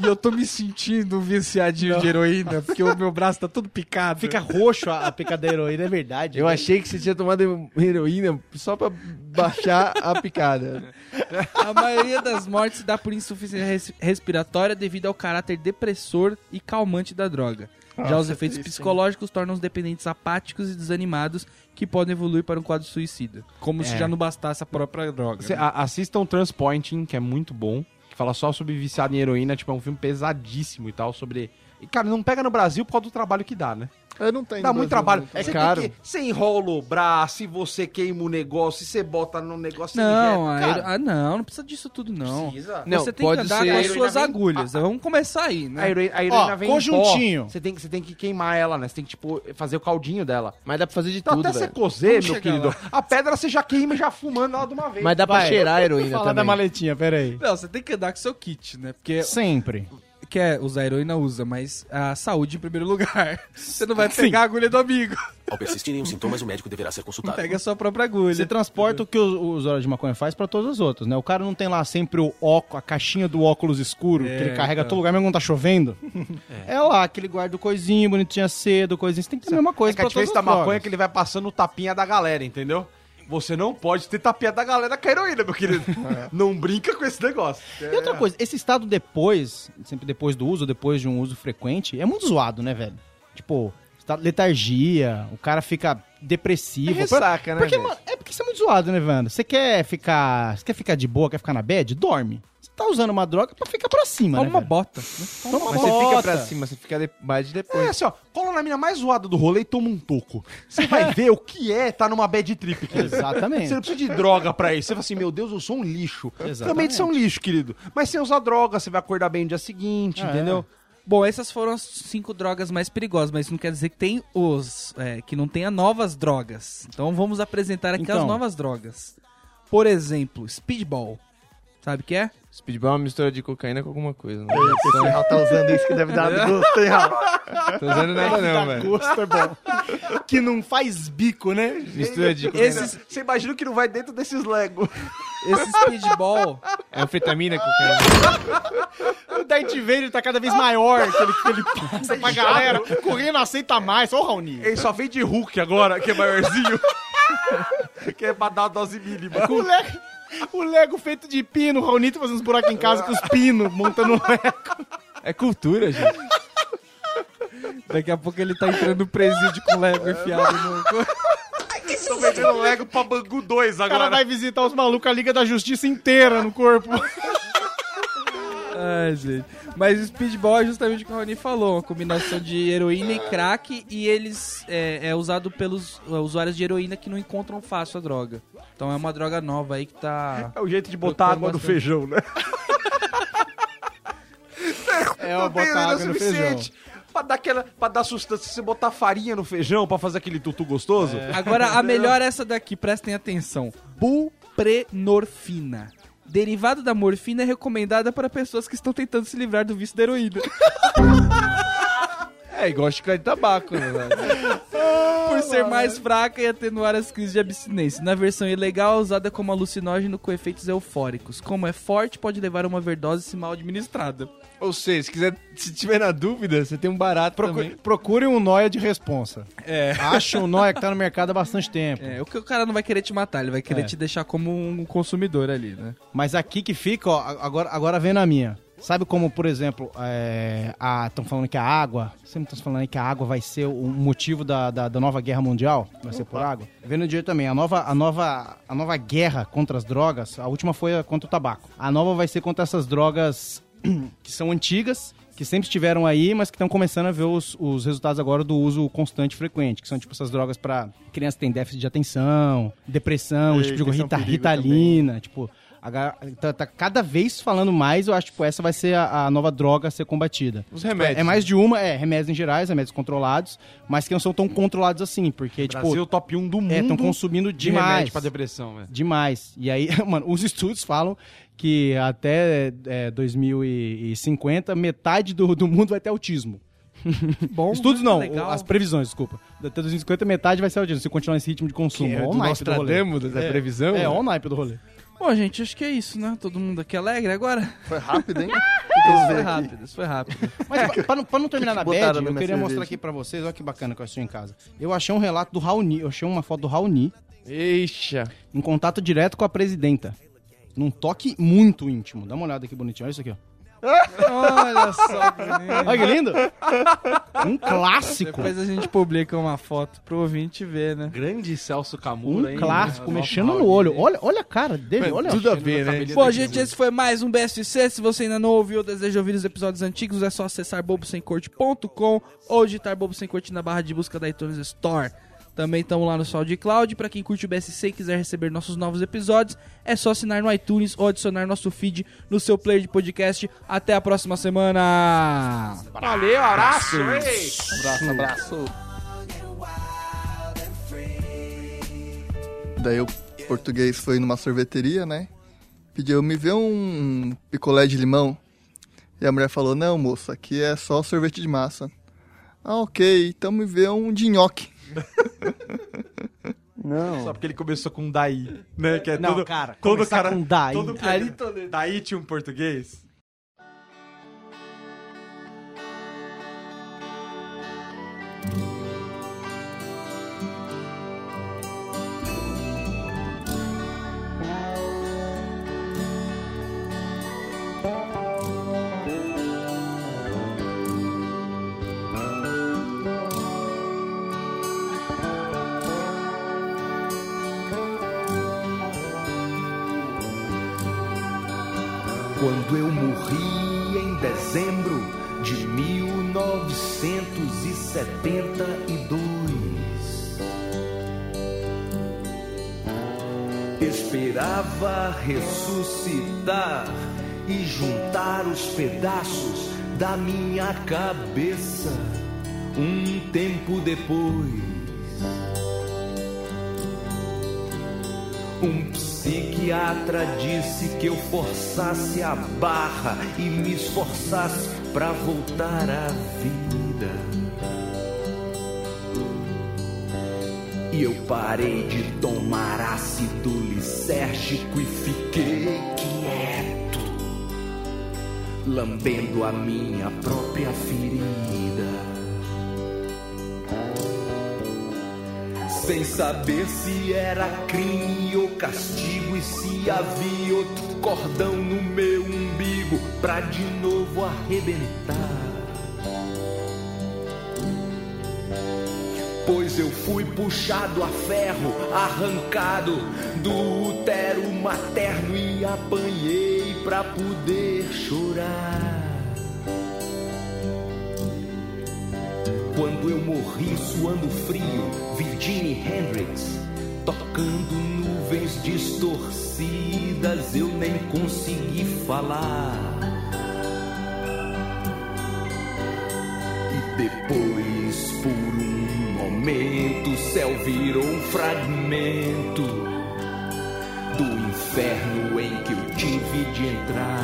[SPEAKER 1] E eu tô me sentindo um viciadinho de heroína, porque o meu braço tá todo picado.
[SPEAKER 2] Fica roxo a, a pica da heroína, é verdade.
[SPEAKER 4] Eu achei que você tinha tomado heroína só pra baixar a picada.
[SPEAKER 1] A maioria das mortes se dá por insuficiência res- respiratória devido ao caráter depressor e calmante da droga. Já os efeitos psicológicos tornam os dependentes apáticos e desanimados, que podem evoluir para um quadro suicida. Como se já não bastasse a própria droga.
[SPEAKER 5] Cê,
[SPEAKER 1] né?
[SPEAKER 5] a- assistam Transpointing, que é muito bom. Que fala só sobre viciado em heroína, tipo, é um filme pesadíssimo e tal, sobre... E, cara, não pega no Brasil por causa do trabalho que dá, né?
[SPEAKER 3] Eu não tenho.
[SPEAKER 5] Dá muito trabalho.
[SPEAKER 3] É
[SPEAKER 5] Você
[SPEAKER 4] caro.
[SPEAKER 5] tem que- Você enrola o braço, se você queima o negócio, se você bota no negócio... você
[SPEAKER 1] Não, a
[SPEAKER 5] injeta.
[SPEAKER 1] hero-
[SPEAKER 5] Cara,
[SPEAKER 1] ah, não, não precisa Ah. disso tudo, não.
[SPEAKER 5] precisa.
[SPEAKER 4] Não,
[SPEAKER 1] Você tem que
[SPEAKER 4] pode
[SPEAKER 1] andar
[SPEAKER 4] ser-
[SPEAKER 1] com
[SPEAKER 4] a
[SPEAKER 1] as
[SPEAKER 4] heroína
[SPEAKER 1] suas
[SPEAKER 5] vem-
[SPEAKER 1] agulhas. Vamos começar aí, né?
[SPEAKER 5] A heroína, a heroína
[SPEAKER 2] Ó,
[SPEAKER 5] vem em pó.
[SPEAKER 2] conjuntinho.
[SPEAKER 5] Você tem, que- você tem que queimar ela, né? Você tem que, tipo, fazer o caldinho dela.
[SPEAKER 4] Mas dá pra fazer de
[SPEAKER 5] Então,
[SPEAKER 4] tudo,
[SPEAKER 5] até você
[SPEAKER 4] velho.
[SPEAKER 5] cozer,
[SPEAKER 1] Vamos
[SPEAKER 5] meu
[SPEAKER 1] chegar
[SPEAKER 5] querido, a pedra você já queima já fumando ela de uma vez.
[SPEAKER 4] Mas dá pra
[SPEAKER 2] Vai.
[SPEAKER 4] cheirar a é heroína
[SPEAKER 2] Fala
[SPEAKER 4] também.
[SPEAKER 2] da maletinha, peraí.
[SPEAKER 1] Não, você tem que andar com seu kit, né? Porque
[SPEAKER 2] Sempre.
[SPEAKER 1] quer usar heroína, usa, mas a saúde em primeiro lugar. Você não vai pegar a agulha do amigo.
[SPEAKER 7] Ao persistirem os sintomas, o médico deverá ser consultado.
[SPEAKER 1] Pega a sua própria agulha.
[SPEAKER 2] Você transporta o que os usuário de maconha faz pra todos os outros, né? O cara não tem lá sempre o óculos, a caixinha do óculos escuro, que
[SPEAKER 5] É,
[SPEAKER 2] ele
[SPEAKER 5] então.
[SPEAKER 2] carrega todo lugar, mesmo quando tá chovendo. É. lá que ele guarda o coisinho, bonitinha cedo, coisinha. Você tem que ter a mesma coisa
[SPEAKER 5] É que a
[SPEAKER 2] pra todos
[SPEAKER 5] diferença
[SPEAKER 2] os
[SPEAKER 5] da maconha é
[SPEAKER 2] drogas.
[SPEAKER 5] que ele vai passando o tapinha da galera, entendeu? Você não pode ter tapinha da galera com a heroína, meu querido. Não brinca com esse negócio.
[SPEAKER 2] E outra coisa, esse estado depois, sempre depois do uso, depois de um uso frequente, é muito zoado, né, velho? Tipo, estado letargia, o cara fica depressivo.
[SPEAKER 4] É ressaca, né,
[SPEAKER 2] Porque,
[SPEAKER 4] velho?
[SPEAKER 2] mano, é porque isso é muito zoado, né, Wanda? Você quer ficar. Você quer ficar de boa, quer ficar na bed? Dorme. Você tá usando uma droga pra ficar pra cima,
[SPEAKER 1] Toma
[SPEAKER 2] né?
[SPEAKER 1] uma
[SPEAKER 2] velho?
[SPEAKER 1] bota.
[SPEAKER 2] Toma uma
[SPEAKER 4] Mas você fica pra
[SPEAKER 2] bota.
[SPEAKER 4] cima, você fica de- mais de
[SPEAKER 5] É
[SPEAKER 4] depois.
[SPEAKER 5] assim, ó, cola na mina mais zoada do rolê e toma um toco. Você vai ver o que é tá numa bad trip, querido.
[SPEAKER 2] Exatamente.
[SPEAKER 5] Você não precisa de droga pra isso. Você fala assim, meu Deus, eu sou um lixo.
[SPEAKER 2] Exatamente.
[SPEAKER 5] Também você é um lixo, querido. Mas sem usar droga, você vai acordar bem no dia seguinte,
[SPEAKER 2] É.
[SPEAKER 5] entendeu?
[SPEAKER 1] Bom, essas foram as cinco drogas mais perigosas, mas isso não quer dizer que tem os. é, que não tenha novas drogas. Então vamos apresentar aqui as
[SPEAKER 2] Então.
[SPEAKER 1] novas drogas. Por exemplo, speedball. Sabe o que é?
[SPEAKER 4] Speedball é uma mistura de cocaína com alguma coisa. Não
[SPEAKER 3] O Serral tá usando isso que deve dar gosto, hein, Raul?
[SPEAKER 4] tô usando nada não, velho.
[SPEAKER 2] gosto é bom. que não faz bico, né?
[SPEAKER 4] Mistura de cocaína.
[SPEAKER 1] Esses,
[SPEAKER 5] Você imagina que não vai dentro desses Lego.
[SPEAKER 1] esse speedball.
[SPEAKER 4] É anfetamina, cocaína.
[SPEAKER 2] O Darth Vader tá cada vez maior, que ele, que ele passa pra galera. Correndo aceita mais. Ô, Raoni.
[SPEAKER 5] Ele só vem de Hulk agora, que é maiorzinho. que é pra dar a dose mínima.
[SPEAKER 2] O Lego, o Lego feito de pino, o Raoni tá fazendo uns buracos em casa com os pinos, montando um o Lego.
[SPEAKER 4] É cultura, gente.
[SPEAKER 1] Daqui a pouco ele tá entrando no presídio com o Lego enfiado no.
[SPEAKER 5] Tô vendendo Lego pra Bangu 2
[SPEAKER 2] O cara vai visitar os malucos, a Liga da Justiça inteira no corpo.
[SPEAKER 1] Ai, gente. Mas o speedball é justamente o que o Rony falou, uma combinação de heroína e crack, e eles é, é usado pelos é, usuários de heroína que não encontram fácil a droga. Então é uma droga nova aí que tá.
[SPEAKER 5] É o jeito de botar
[SPEAKER 1] Eu- eu
[SPEAKER 5] água no
[SPEAKER 1] gosto-
[SPEAKER 5] feijão, né?
[SPEAKER 2] É,
[SPEAKER 5] Não tem nada suficiente Pra dar, aquela, pra dar sustância, se você botar farinha no feijão pra fazer aquele tutu gostoso.
[SPEAKER 1] Agora, a melhor é essa daqui, prestem atenção: buprenorfina. Derivado da morfina é recomendada para pessoas que estão tentando se livrar do vício da heroína.
[SPEAKER 4] É igual chiclete de tabaco, né? velho?
[SPEAKER 1] por ser mais fraca e atenuar as crises de abstinência. Na versão ilegal, é usada como alucinógeno com efeitos eufóricos. Como é forte, pode levar a uma overdose se mal administrada.
[SPEAKER 4] Ou seja, se quiser, se tiver na dúvida, você tem um barato
[SPEAKER 2] Procure,
[SPEAKER 4] também.
[SPEAKER 2] procure um Noia de responsa. É. Acha um Noia que tá no mercado há bastante tempo.
[SPEAKER 1] É, o que o cara não vai querer te matar, ele vai querer
[SPEAKER 2] É.
[SPEAKER 1] te deixar como um consumidor ali, né?
[SPEAKER 2] Mas aqui que fica, ó, agora, agora vem na minha. Sabe como, por exemplo, estão falando que a água, sempre estão falando aí que a água vai ser o motivo da, da, da nova guerra mundial? Vai ser por água? Vendo dia também, a nova, a, nova, a nova guerra contra as drogas, a última foi a contra o tabaco. A nova vai ser contra essas drogas que são antigas, que sempre estiveram aí, mas que estão começando a ver os, os resultados agora do uso constante e frequente, que são tipo essas drogas pra criança que tem déficit de atenção,
[SPEAKER 3] É,
[SPEAKER 2] depressão, esse tipo de
[SPEAKER 3] isso
[SPEAKER 2] coisa,
[SPEAKER 3] é um
[SPEAKER 2] Rita,
[SPEAKER 3] perigo
[SPEAKER 2] Ritalina, tipo, a ga- tá, tá cada vez falando mais, eu acho que tipo, essa vai ser a, a nova droga a ser combatida.
[SPEAKER 4] Os remédios.
[SPEAKER 2] É mais de uma, é, remédios em gerais, remédios controlados, mas que não são tão controlados assim, porque,
[SPEAKER 5] Brasil, top 1 do
[SPEAKER 2] tipo,
[SPEAKER 5] mundo.
[SPEAKER 2] estão consumindo
[SPEAKER 5] de
[SPEAKER 2] demais.
[SPEAKER 5] remédio pra depressão, velho.
[SPEAKER 2] Demais. E aí, mano, os estudos falam que até é, 2050, metade do, do mundo vai ter autismo.
[SPEAKER 1] Bom,
[SPEAKER 2] estudos não,
[SPEAKER 1] legal.
[SPEAKER 2] as previsões, desculpa. Até 2050, metade vai ser autismo, se continuar nesse ritmo de consumo.
[SPEAKER 5] é
[SPEAKER 2] Ó o naipe É, do rolê.
[SPEAKER 4] Nostradamus, da previsão.
[SPEAKER 5] né?
[SPEAKER 2] É, ó o naipe do rolê.
[SPEAKER 1] né? Bom, gente, acho que é isso, né? Todo mundo aqui alegre agora?
[SPEAKER 3] Foi rápido, hein?
[SPEAKER 1] Isso foi rápido, isso foi rápido.
[SPEAKER 2] Mas pra, pra não, pra não terminar na bad,
[SPEAKER 3] botaram
[SPEAKER 2] eu
[SPEAKER 3] na minha
[SPEAKER 2] queria mostrar
[SPEAKER 3] cerveja?
[SPEAKER 2] aqui pra vocês, olha que bacana que eu achei em casa. Eu achei um relato do Raoni, eu achei uma foto do Raoni
[SPEAKER 6] Eixa.
[SPEAKER 2] em contato direto com a presidenta. Num toque muito íntimo. Dá uma olhada que bonitinho. Olha isso aqui, ó.
[SPEAKER 1] Olha só que lindo.
[SPEAKER 2] Olha que lindo! Um clássico.
[SPEAKER 1] Depois a gente publica uma foto pro ouvinte ver, né?
[SPEAKER 5] Grande Celso Camura,
[SPEAKER 2] Um
[SPEAKER 5] né?
[SPEAKER 2] clássico, mexendo no olho. Olha, olha a cara dele, olha.
[SPEAKER 4] Tudo a ver, né?
[SPEAKER 1] Bom, gente, esse foi mais um BSC. Se você ainda não ouviu ou deseja ouvir os episódios antigos, é só acessar bobosemcorte.com ou digitar Bobo Sem Corte na barra de busca da iTunes Store. Também estamos lá no SoundCloud. Para quem curte o BSC e quiser receber nossos novos episódios, é só assinar no iTunes ou adicionar nosso feed no seu player de podcast. Até a próxima semana!
[SPEAKER 5] Valeu, abraço!
[SPEAKER 3] Abraço, abraço. Daí o português foi numa sorveteria, né? Pediu, me vê um picolé de limão. E a mulher falou, não, moça, aqui é só sorvete de massa. Ah, ok, então me vê um de nhoque.
[SPEAKER 5] Só porque ele começou com daí, né? Que é
[SPEAKER 2] Não,
[SPEAKER 5] todo,
[SPEAKER 2] cara,
[SPEAKER 5] todo
[SPEAKER 2] começar
[SPEAKER 5] cara.
[SPEAKER 2] com um daí.
[SPEAKER 5] Todo programa- daí tinha um português.
[SPEAKER 8] Quando eu morri em dezembro de 1972, esperava ressuscitar e juntar os pedaços da minha cabeça. Um tempo depois, Um psiquiatra disse que eu forçasse a barra e me esforçasse pra voltar à vida. E eu parei de tomar ácido lisérgico e fiquei quieto, lambendo a minha própria ferida. sem saber se era crime ou castigo e se havia outro cordão no meu umbigo pra de novo arrebentar. Pois eu fui puxado a ferro, arrancado do útero materno e apanhei pra poder chorar. Quando eu morri suando frio, Virginie Hendrix tocando nuvens distorcidas, eu nem consegui falar. E depois, por um momento, o céu virou um fragmento do inferno em que eu tive de entrar.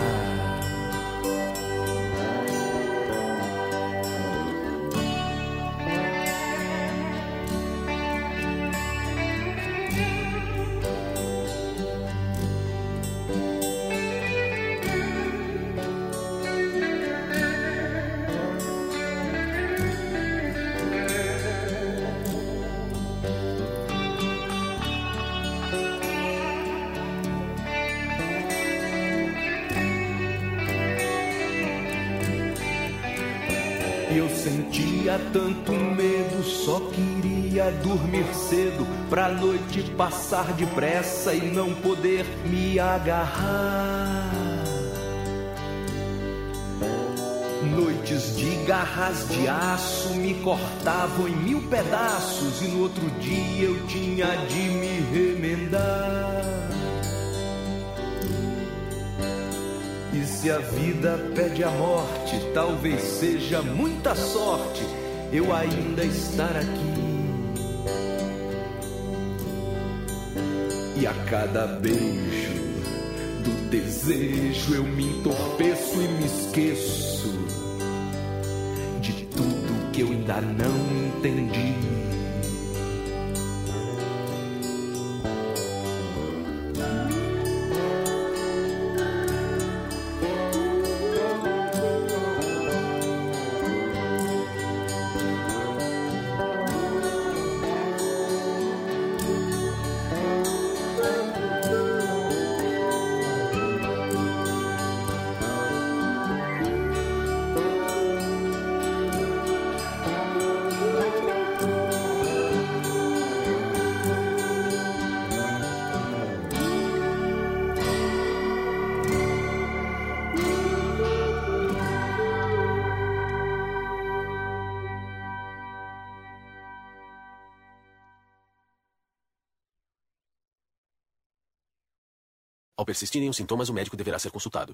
[SPEAKER 8] Eu sentia tanto medo, só queria dormir cedo pra noite passar depressa e não poder me agarrar. Noites de garras de aço me cortavam em mil pedaços e no outro dia eu tinha de me remendar. E se a vida pede a morte, talvez seja muita sorte eu ainda estar aqui. E a cada beijo do desejo eu me entorpeço e me esqueço de tudo que eu ainda não entendi.
[SPEAKER 7] Ao persistirem os sintomas, o médico deverá ser consultado.